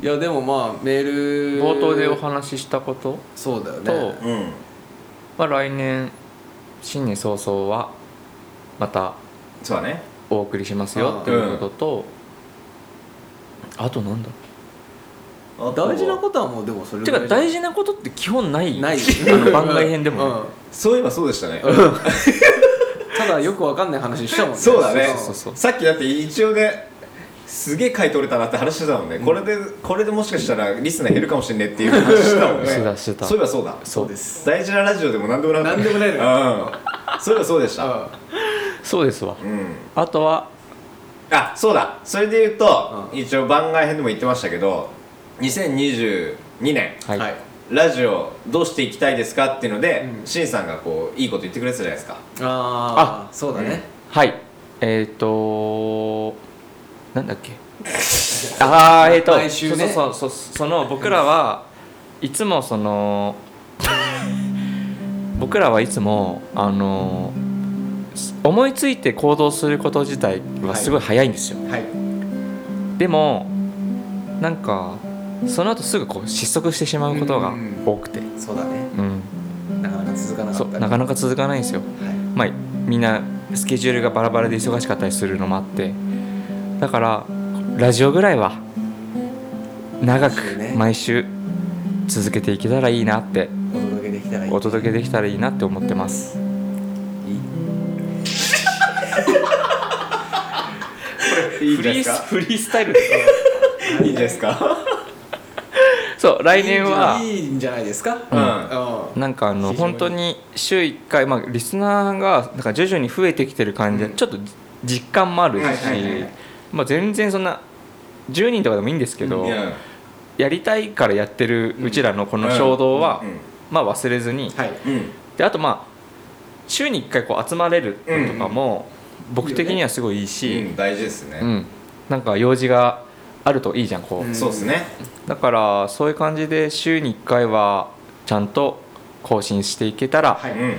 Speaker 1: やでもまあメール
Speaker 2: 冒頭でお話ししたこと
Speaker 1: そうだよ
Speaker 2: と
Speaker 1: ね
Speaker 3: うん
Speaker 2: まあ来年新年早々はまた
Speaker 4: そうだね
Speaker 2: お送りしますよっていうことと、あとなんだ
Speaker 4: あとは
Speaker 1: 大事なことはもうでもそれ
Speaker 2: て
Speaker 1: ぐら
Speaker 2: か
Speaker 1: い
Speaker 2: 大
Speaker 1: 事
Speaker 2: 事なことって基本ない
Speaker 1: ない
Speaker 2: あの番外編でもね、
Speaker 3: そういえばそうでしたね
Speaker 1: うんただよくわかんない話したもんね
Speaker 3: そうだね
Speaker 2: そうそうそう
Speaker 3: さっきだって一応ねすげえ回取れたなって話してたもんね、これでこれでもしかしたらリスナー減るかもしれねえっていう話したもんね
Speaker 2: してたしてた
Speaker 3: そういえばそうだ
Speaker 2: そう
Speaker 1: ですす
Speaker 3: 大事なラジオでも何でもない
Speaker 1: 何でもないの
Speaker 3: のうんそういえばそうでし
Speaker 1: う
Speaker 3: た
Speaker 1: ん
Speaker 2: そうですわ
Speaker 3: うん
Speaker 2: あとは
Speaker 3: あそうだそれで言うと、
Speaker 1: うん
Speaker 3: 一応番外編でも言ってましたけど2022年
Speaker 2: はい、
Speaker 1: はい
Speaker 3: ラジオどうしていきたいですかっていうので、
Speaker 1: うん
Speaker 3: しんさんがこういいこと言ってくれてたじゃないですか
Speaker 1: ああそうだね
Speaker 2: はい、えっ、となんだっけああえっ、と
Speaker 1: 毎週ね
Speaker 2: そうそうそうそその僕らはいつもその僕らはいつもあのす思いついて行動すること自体はすごい早いんですよ、
Speaker 1: はい
Speaker 2: でもなんかその後すぐこう失速してしまうことが多くて、
Speaker 1: そうだね
Speaker 2: うん
Speaker 1: なかなか続かなか
Speaker 2: そ
Speaker 1: っ
Speaker 2: う
Speaker 1: た
Speaker 2: な
Speaker 1: り
Speaker 2: かなか続かないんですよ
Speaker 1: はい
Speaker 2: まあ、みんなスケジュールがバラバラで忙しかったりするのもあってだからラジオぐらいは長く
Speaker 1: そうね
Speaker 2: 毎週続けていけたらいいなって
Speaker 1: お届けできたらいい
Speaker 2: お届けできたらいいなって思ってます
Speaker 3: いいんじゃないですか
Speaker 2: フリースタイルとか
Speaker 3: いいんじゃないですか
Speaker 2: そう来年はい
Speaker 1: いんじゃないですか
Speaker 3: うん、
Speaker 1: う
Speaker 2: なんかあの
Speaker 1: 非常に
Speaker 2: 本当に週1回、まあ、リスナーがなんか徐々に増えてきてる感じで、
Speaker 1: うん
Speaker 2: ちょっと実感もあるし、
Speaker 3: はいはいはいはい
Speaker 2: まあ、全然そんな10人とかでもいいんですけど、
Speaker 3: いや
Speaker 2: やりたいからやってるうちらのこの衝動は、まあ、忘れずに、
Speaker 1: んはい
Speaker 3: うんうん
Speaker 2: であとまあ週に1回こう集まれるのとかも、僕的にはすごいいいし
Speaker 3: うん大事です
Speaker 2: う
Speaker 3: ね、
Speaker 2: ん、なんか用事があるといいじゃんこう、
Speaker 1: うん
Speaker 3: そうですね
Speaker 2: だからそういう感じで週に1回はちゃんと更新していけたら
Speaker 1: はい
Speaker 3: うん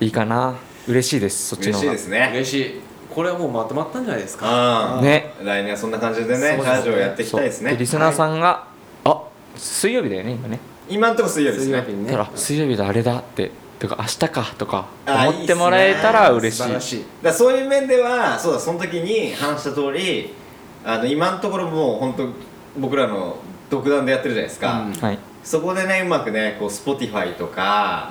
Speaker 2: いいかな、嬉しいですそっちの
Speaker 3: 嬉し
Speaker 2: 方
Speaker 3: い
Speaker 2: が
Speaker 3: ですね
Speaker 1: 嬉しいこれはもうまとまったんじゃないですか
Speaker 3: あ
Speaker 2: ね
Speaker 3: あ来年はそんな感じで
Speaker 1: そう
Speaker 3: ね
Speaker 1: ですね
Speaker 3: ラジオやっていきたいです
Speaker 2: そう
Speaker 3: ね
Speaker 2: リスナーさんが、あ水曜日だよね今ね
Speaker 3: 今んとこ水曜日です
Speaker 1: 水曜
Speaker 3: ね
Speaker 1: 日に
Speaker 2: だ
Speaker 1: ね
Speaker 2: から水曜日だあれだってとか明日かとか
Speaker 3: あ
Speaker 2: 思ってもらえたら嬉しい
Speaker 1: 素晴らしい
Speaker 3: だからそういう面ではそうだその時に話した通りあの今のところもう本当僕らの独断でやってるじゃないですか、
Speaker 1: うん
Speaker 2: はい
Speaker 3: そこでねうまくねこう Spotify とか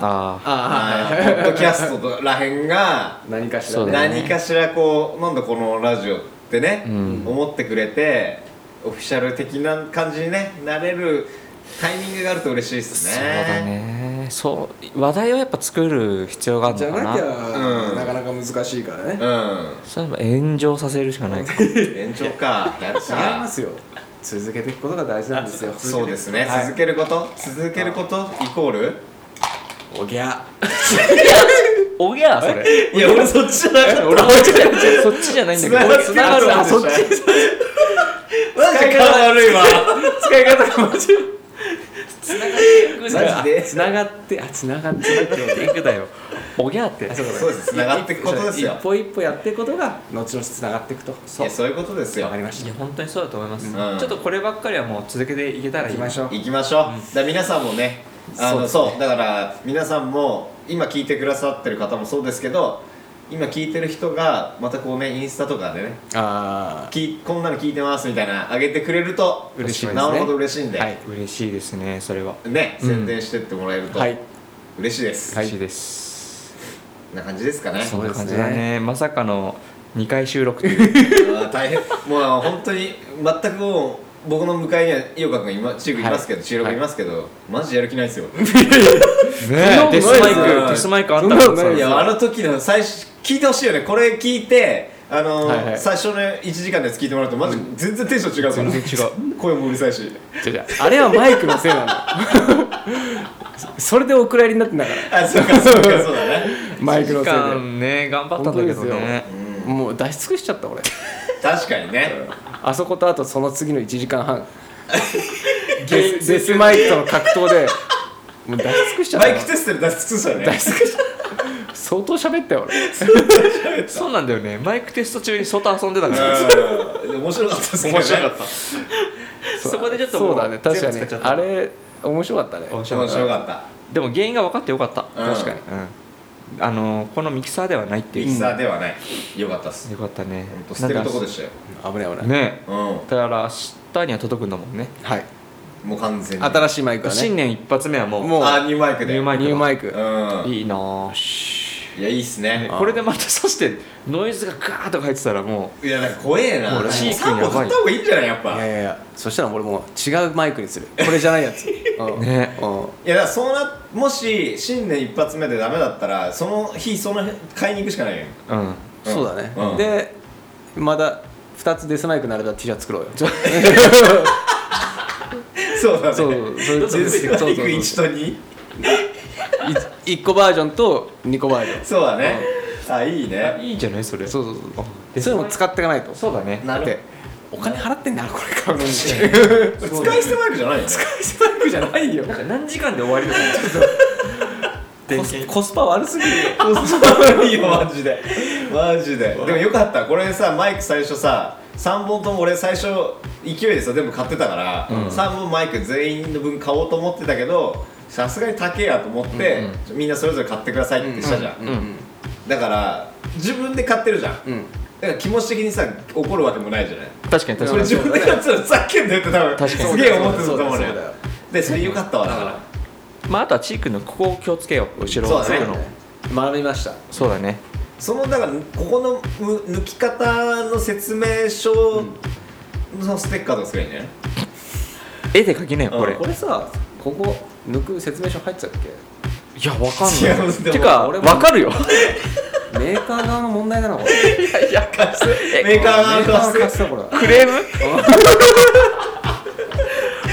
Speaker 2: あー
Speaker 1: あ
Speaker 3: あ
Speaker 1: あ
Speaker 3: ーポッドキャストらへんが
Speaker 1: 何かし
Speaker 2: そ
Speaker 1: ら
Speaker 2: うだね
Speaker 1: ね
Speaker 3: 何かしらこうなんだこのラジオってね、
Speaker 2: うん
Speaker 3: 思ってくれてオフィシャル的な感じに、ね、なれるタイミングがあると嬉しいですね
Speaker 2: そうだねそう話題をやっぱ作る必要があ
Speaker 1: じ
Speaker 2: る
Speaker 1: ゃ
Speaker 2: の
Speaker 1: な
Speaker 2: か
Speaker 1: きゃ
Speaker 2: な
Speaker 3: うん
Speaker 1: なかなか難しいからね
Speaker 2: そういえば炎上させるしかないか
Speaker 3: うん延長かやる
Speaker 1: 違い
Speaker 3: か
Speaker 1: ますよ続けていくことが大事なんですよ
Speaker 3: そうですね、
Speaker 1: はい
Speaker 3: 続けること続けることイコール
Speaker 1: おぎゃ
Speaker 2: おぎゃーそれ
Speaker 3: いや俺そっちじゃなかっ
Speaker 2: 俺そっちじゃないんだけど
Speaker 3: つながるわ
Speaker 2: あそっち
Speaker 3: つながるたマジで顔悪いわ
Speaker 1: 使い方が間違
Speaker 3: マジで
Speaker 1: つながってあつながってつながって
Speaker 2: 行くだ よおぎゃーって
Speaker 1: あそう
Speaker 3: そうです繋がっていくことですよ
Speaker 1: 一歩一歩やっていくことが後々つながっていくと
Speaker 3: いやそういうことですよ
Speaker 1: わかりまし
Speaker 2: い
Speaker 1: た
Speaker 2: や本当にそうだと思います、
Speaker 3: うん
Speaker 2: ちょっとこればっかりはもう続けていけたらいい
Speaker 1: 行きましょう
Speaker 3: 行きましょう、だから皆さんもねあのそう,、だから皆さんも今聞いてくださってる方もそうですけど今聞いてる人がまたこうねインスタとかでね
Speaker 1: あ
Speaker 3: きこんなの聞いてますみたいな上げてくれると
Speaker 1: 嬉しいですね
Speaker 3: なおのこと嬉しいんで、
Speaker 1: はい
Speaker 2: 嬉しいですねそれは
Speaker 3: ね
Speaker 2: うん
Speaker 3: 宣伝してってもらえる
Speaker 1: あ
Speaker 3: と
Speaker 1: はい
Speaker 3: 嬉しいです、
Speaker 2: 嬉しいです、
Speaker 3: こんな感じですかね
Speaker 2: そんな感じ
Speaker 1: そう
Speaker 2: だ
Speaker 1: で
Speaker 2: ね
Speaker 1: す
Speaker 2: まさかの2回収録と いう
Speaker 3: あー大変もう本当に全くもう僕の向かいには井岡君今中国いますけど、中国いますけど、マジでやる気ないですよ
Speaker 1: え
Speaker 2: デスマイ
Speaker 1: そんなことない
Speaker 3: です
Speaker 2: クデスマイクあったもん
Speaker 1: そんなことない
Speaker 3: い
Speaker 1: です
Speaker 3: やあの時の最初聞いてほしいよねこれ聞いてあの、
Speaker 1: はいはい
Speaker 3: 最初の1時間のやつ聞いてもらうとマジ全然テンション違うから、
Speaker 2: 全然違
Speaker 3: 声もうるさいし
Speaker 2: 違う違う
Speaker 1: あれはマイクのせいなのそれでお蔵入りになってんだか
Speaker 3: あそう かそうかそうだね
Speaker 1: らマイクのせい
Speaker 2: 一時間ね頑張ったんだけど
Speaker 1: 本当で
Speaker 2: ね
Speaker 1: すでもう出し尽くしちゃった俺
Speaker 3: 確かにね
Speaker 1: あそことあとその次の1時間 半デスデスマイクとの格闘でもう出し尽くしちゃっ
Speaker 3: マイク
Speaker 1: た
Speaker 3: テストで出し尽くしたね
Speaker 1: 相当喋ったよ俺
Speaker 2: そうなんだよねマイクテスト中に外遊んでたから
Speaker 3: うんで面白かったですけどね
Speaker 2: 面白かっ
Speaker 1: う
Speaker 2: そこでちょっとも
Speaker 1: そううだね確か
Speaker 2: 全部使っちゃっ
Speaker 1: に
Speaker 2: た
Speaker 1: あれ面白かったね
Speaker 2: 面
Speaker 3: 面白
Speaker 2: っ
Speaker 3: かった
Speaker 2: でも原因が分かってよかった
Speaker 3: うん
Speaker 2: 確かに、うんあのこのミキサーではないって
Speaker 3: ミ
Speaker 2: いう
Speaker 3: キサーではないよかったっす
Speaker 2: よかったね
Speaker 3: ほんと捨てるとこで
Speaker 2: し
Speaker 3: したよ
Speaker 1: 危ない危ない、
Speaker 2: ね
Speaker 3: うん
Speaker 2: だから明日には届くんだもんね
Speaker 1: はい
Speaker 3: もう完全に
Speaker 1: 新しいマイクがね
Speaker 2: 新年一発目はもう
Speaker 1: もう
Speaker 3: あニューマイクで
Speaker 2: ニューマイク
Speaker 1: ニューマイク、
Speaker 3: うん
Speaker 2: いいなあ
Speaker 3: いやいいっすね
Speaker 2: これでまた刺してノイズがガーッとか入ってたらも
Speaker 3: いやなんか怖えな
Speaker 2: もうチーク
Speaker 3: 3
Speaker 2: やばい
Speaker 3: 本買った方がいいんじゃないやっ
Speaker 1: い
Speaker 3: ぱ
Speaker 1: やいやいやそしたら俺もう違うマイクにする これじゃないやつ、うん
Speaker 2: ね
Speaker 1: うん
Speaker 3: いやだからそうなもし新年一発目でダメだったらその日その日買いに行くし かないよ
Speaker 2: ううん
Speaker 3: うん
Speaker 1: そうだね、
Speaker 3: うん
Speaker 1: でまだ2つデスマイク並べた T シャツ作ろうよ
Speaker 3: そうだ
Speaker 1: そう
Speaker 3: ね
Speaker 1: そうそう
Speaker 3: そう
Speaker 1: そうそう
Speaker 3: そう1と2
Speaker 1: 1個バージョンと2個バージョン
Speaker 3: そうだねあいいね
Speaker 2: いいじゃないそれ
Speaker 1: そうそうそうそうそういうのも使っていかないと
Speaker 2: そうだね
Speaker 3: な
Speaker 1: だって
Speaker 3: る
Speaker 1: お金払ってんだなこれ買うの に使
Speaker 3: ほど使い捨てマイクじゃないよね
Speaker 1: マイクじゃないよ
Speaker 2: なんか何時間で終わりとかちょっと電源
Speaker 1: コスパ悪すぎるよ
Speaker 3: いいよマジでマジででもよかったこれさマイク最初さ3本とも俺最初勢いでさ全部買ってたから、3本マイク全員の分買おうと思ってたけどさすがに高えやと思って、みんなそれぞれ買ってくださいってしたじゃん、
Speaker 1: うんうん
Speaker 3: だから自分で買ってるじゃん、
Speaker 1: うん
Speaker 3: だから気持ち的にさ怒るわけもないじゃない
Speaker 2: 確かに確か
Speaker 3: それ
Speaker 2: に
Speaker 3: 自分で買ってたらふざけんだよって多分
Speaker 2: 確かに
Speaker 3: すげえ思ってたと
Speaker 1: そうだよ
Speaker 3: 思う
Speaker 1: そ
Speaker 3: の
Speaker 1: うだ
Speaker 3: よ
Speaker 1: よ
Speaker 3: でそれよかったわだから
Speaker 2: まああとはチークのここを気をつけよう後ろ
Speaker 3: そう
Speaker 2: を
Speaker 3: だ
Speaker 2: つ
Speaker 3: ね
Speaker 2: くの
Speaker 1: 学びました
Speaker 2: そうだね
Speaker 3: そのだからここのむ抜き方の説明書のステッカーとか作ればいいんじゃない
Speaker 2: 絵で描きなよ
Speaker 3: うん
Speaker 2: これ
Speaker 1: これさここ抜く説明書入っちゃうっけ
Speaker 2: いやわかん
Speaker 3: 違
Speaker 2: な
Speaker 3: う
Speaker 2: い
Speaker 3: でも
Speaker 2: てか
Speaker 1: 俺も
Speaker 2: わか るよ
Speaker 1: メーカー側の問題なのこれ
Speaker 2: いやいや
Speaker 3: メーカー
Speaker 1: メ
Speaker 3: 側
Speaker 1: ー
Speaker 3: の
Speaker 1: カーの
Speaker 3: 貸
Speaker 1: 貸
Speaker 3: す
Speaker 1: しだこれ
Speaker 2: クレーム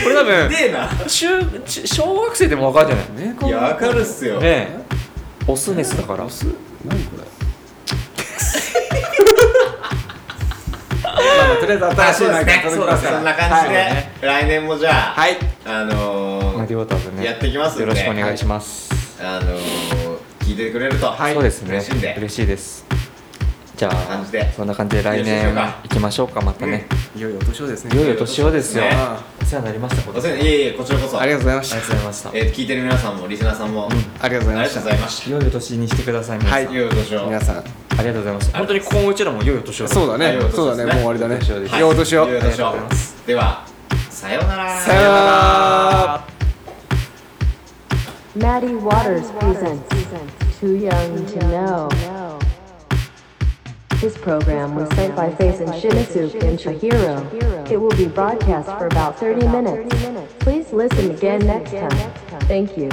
Speaker 2: これ多分
Speaker 3: でえな
Speaker 2: 中中小学生でもわかるじゃない
Speaker 1: メーカ
Speaker 3: い
Speaker 1: ー
Speaker 3: やわかるっすよ、
Speaker 2: ねえオスメスだから
Speaker 1: 何これ まあまあとりあえず新しい
Speaker 3: そうで
Speaker 1: マイ
Speaker 3: す
Speaker 1: クが
Speaker 3: ね
Speaker 1: 届
Speaker 3: そ
Speaker 1: き
Speaker 3: う
Speaker 1: ま
Speaker 3: です
Speaker 1: し
Speaker 3: そ
Speaker 1: た
Speaker 3: んな感じで、
Speaker 1: はい
Speaker 3: 来年もじゃあ、
Speaker 1: はい
Speaker 3: あの
Speaker 2: マデ
Speaker 3: ー、
Speaker 2: ィオタブね
Speaker 3: やっていきますんで
Speaker 2: よろしくお願いします、
Speaker 3: あのー、聞いてくれると、
Speaker 1: はい
Speaker 2: そうですね
Speaker 3: 嬉しいんで
Speaker 2: 嬉しいですじゃあ
Speaker 3: 感じで
Speaker 2: そんな感じで来
Speaker 3: よろしいでしょ
Speaker 2: 年
Speaker 3: うか
Speaker 2: 行きましょうかまたね、
Speaker 1: いよいよ年をですね
Speaker 2: いよいよ年をですよ、
Speaker 3: ね
Speaker 2: お世話になりましたこと
Speaker 3: お世話にいえいえこちらこそ
Speaker 1: ありがとうございました
Speaker 2: ありがとうございました
Speaker 3: えー聞いてる皆さんもリスナーさんも、
Speaker 1: ありがとうございま
Speaker 3: ありが
Speaker 1: し
Speaker 3: と
Speaker 1: た
Speaker 3: うございまし
Speaker 2: 良いお年にしてください皆さ
Speaker 1: は
Speaker 2: ん、
Speaker 1: い
Speaker 3: たよいお年を
Speaker 1: 皆さん
Speaker 2: ありがとうございます本当にここうちらも良いお年を
Speaker 1: そうだ
Speaker 3: はい
Speaker 1: ね
Speaker 3: 良いお年ですね
Speaker 1: そうだねもう終わりだね
Speaker 3: はい
Speaker 1: よいお年を
Speaker 3: 良い
Speaker 2: あり
Speaker 3: お
Speaker 2: が
Speaker 3: 年
Speaker 2: とう
Speaker 3: を
Speaker 2: ございま
Speaker 3: ではさようなら
Speaker 1: さようなら
Speaker 5: Maddie Waters presents Too Young to Know. This program was sent by Faison Shimizu and Shihiro. It will be broadcast for about 30 minutes. Please listen again next time. Thank you.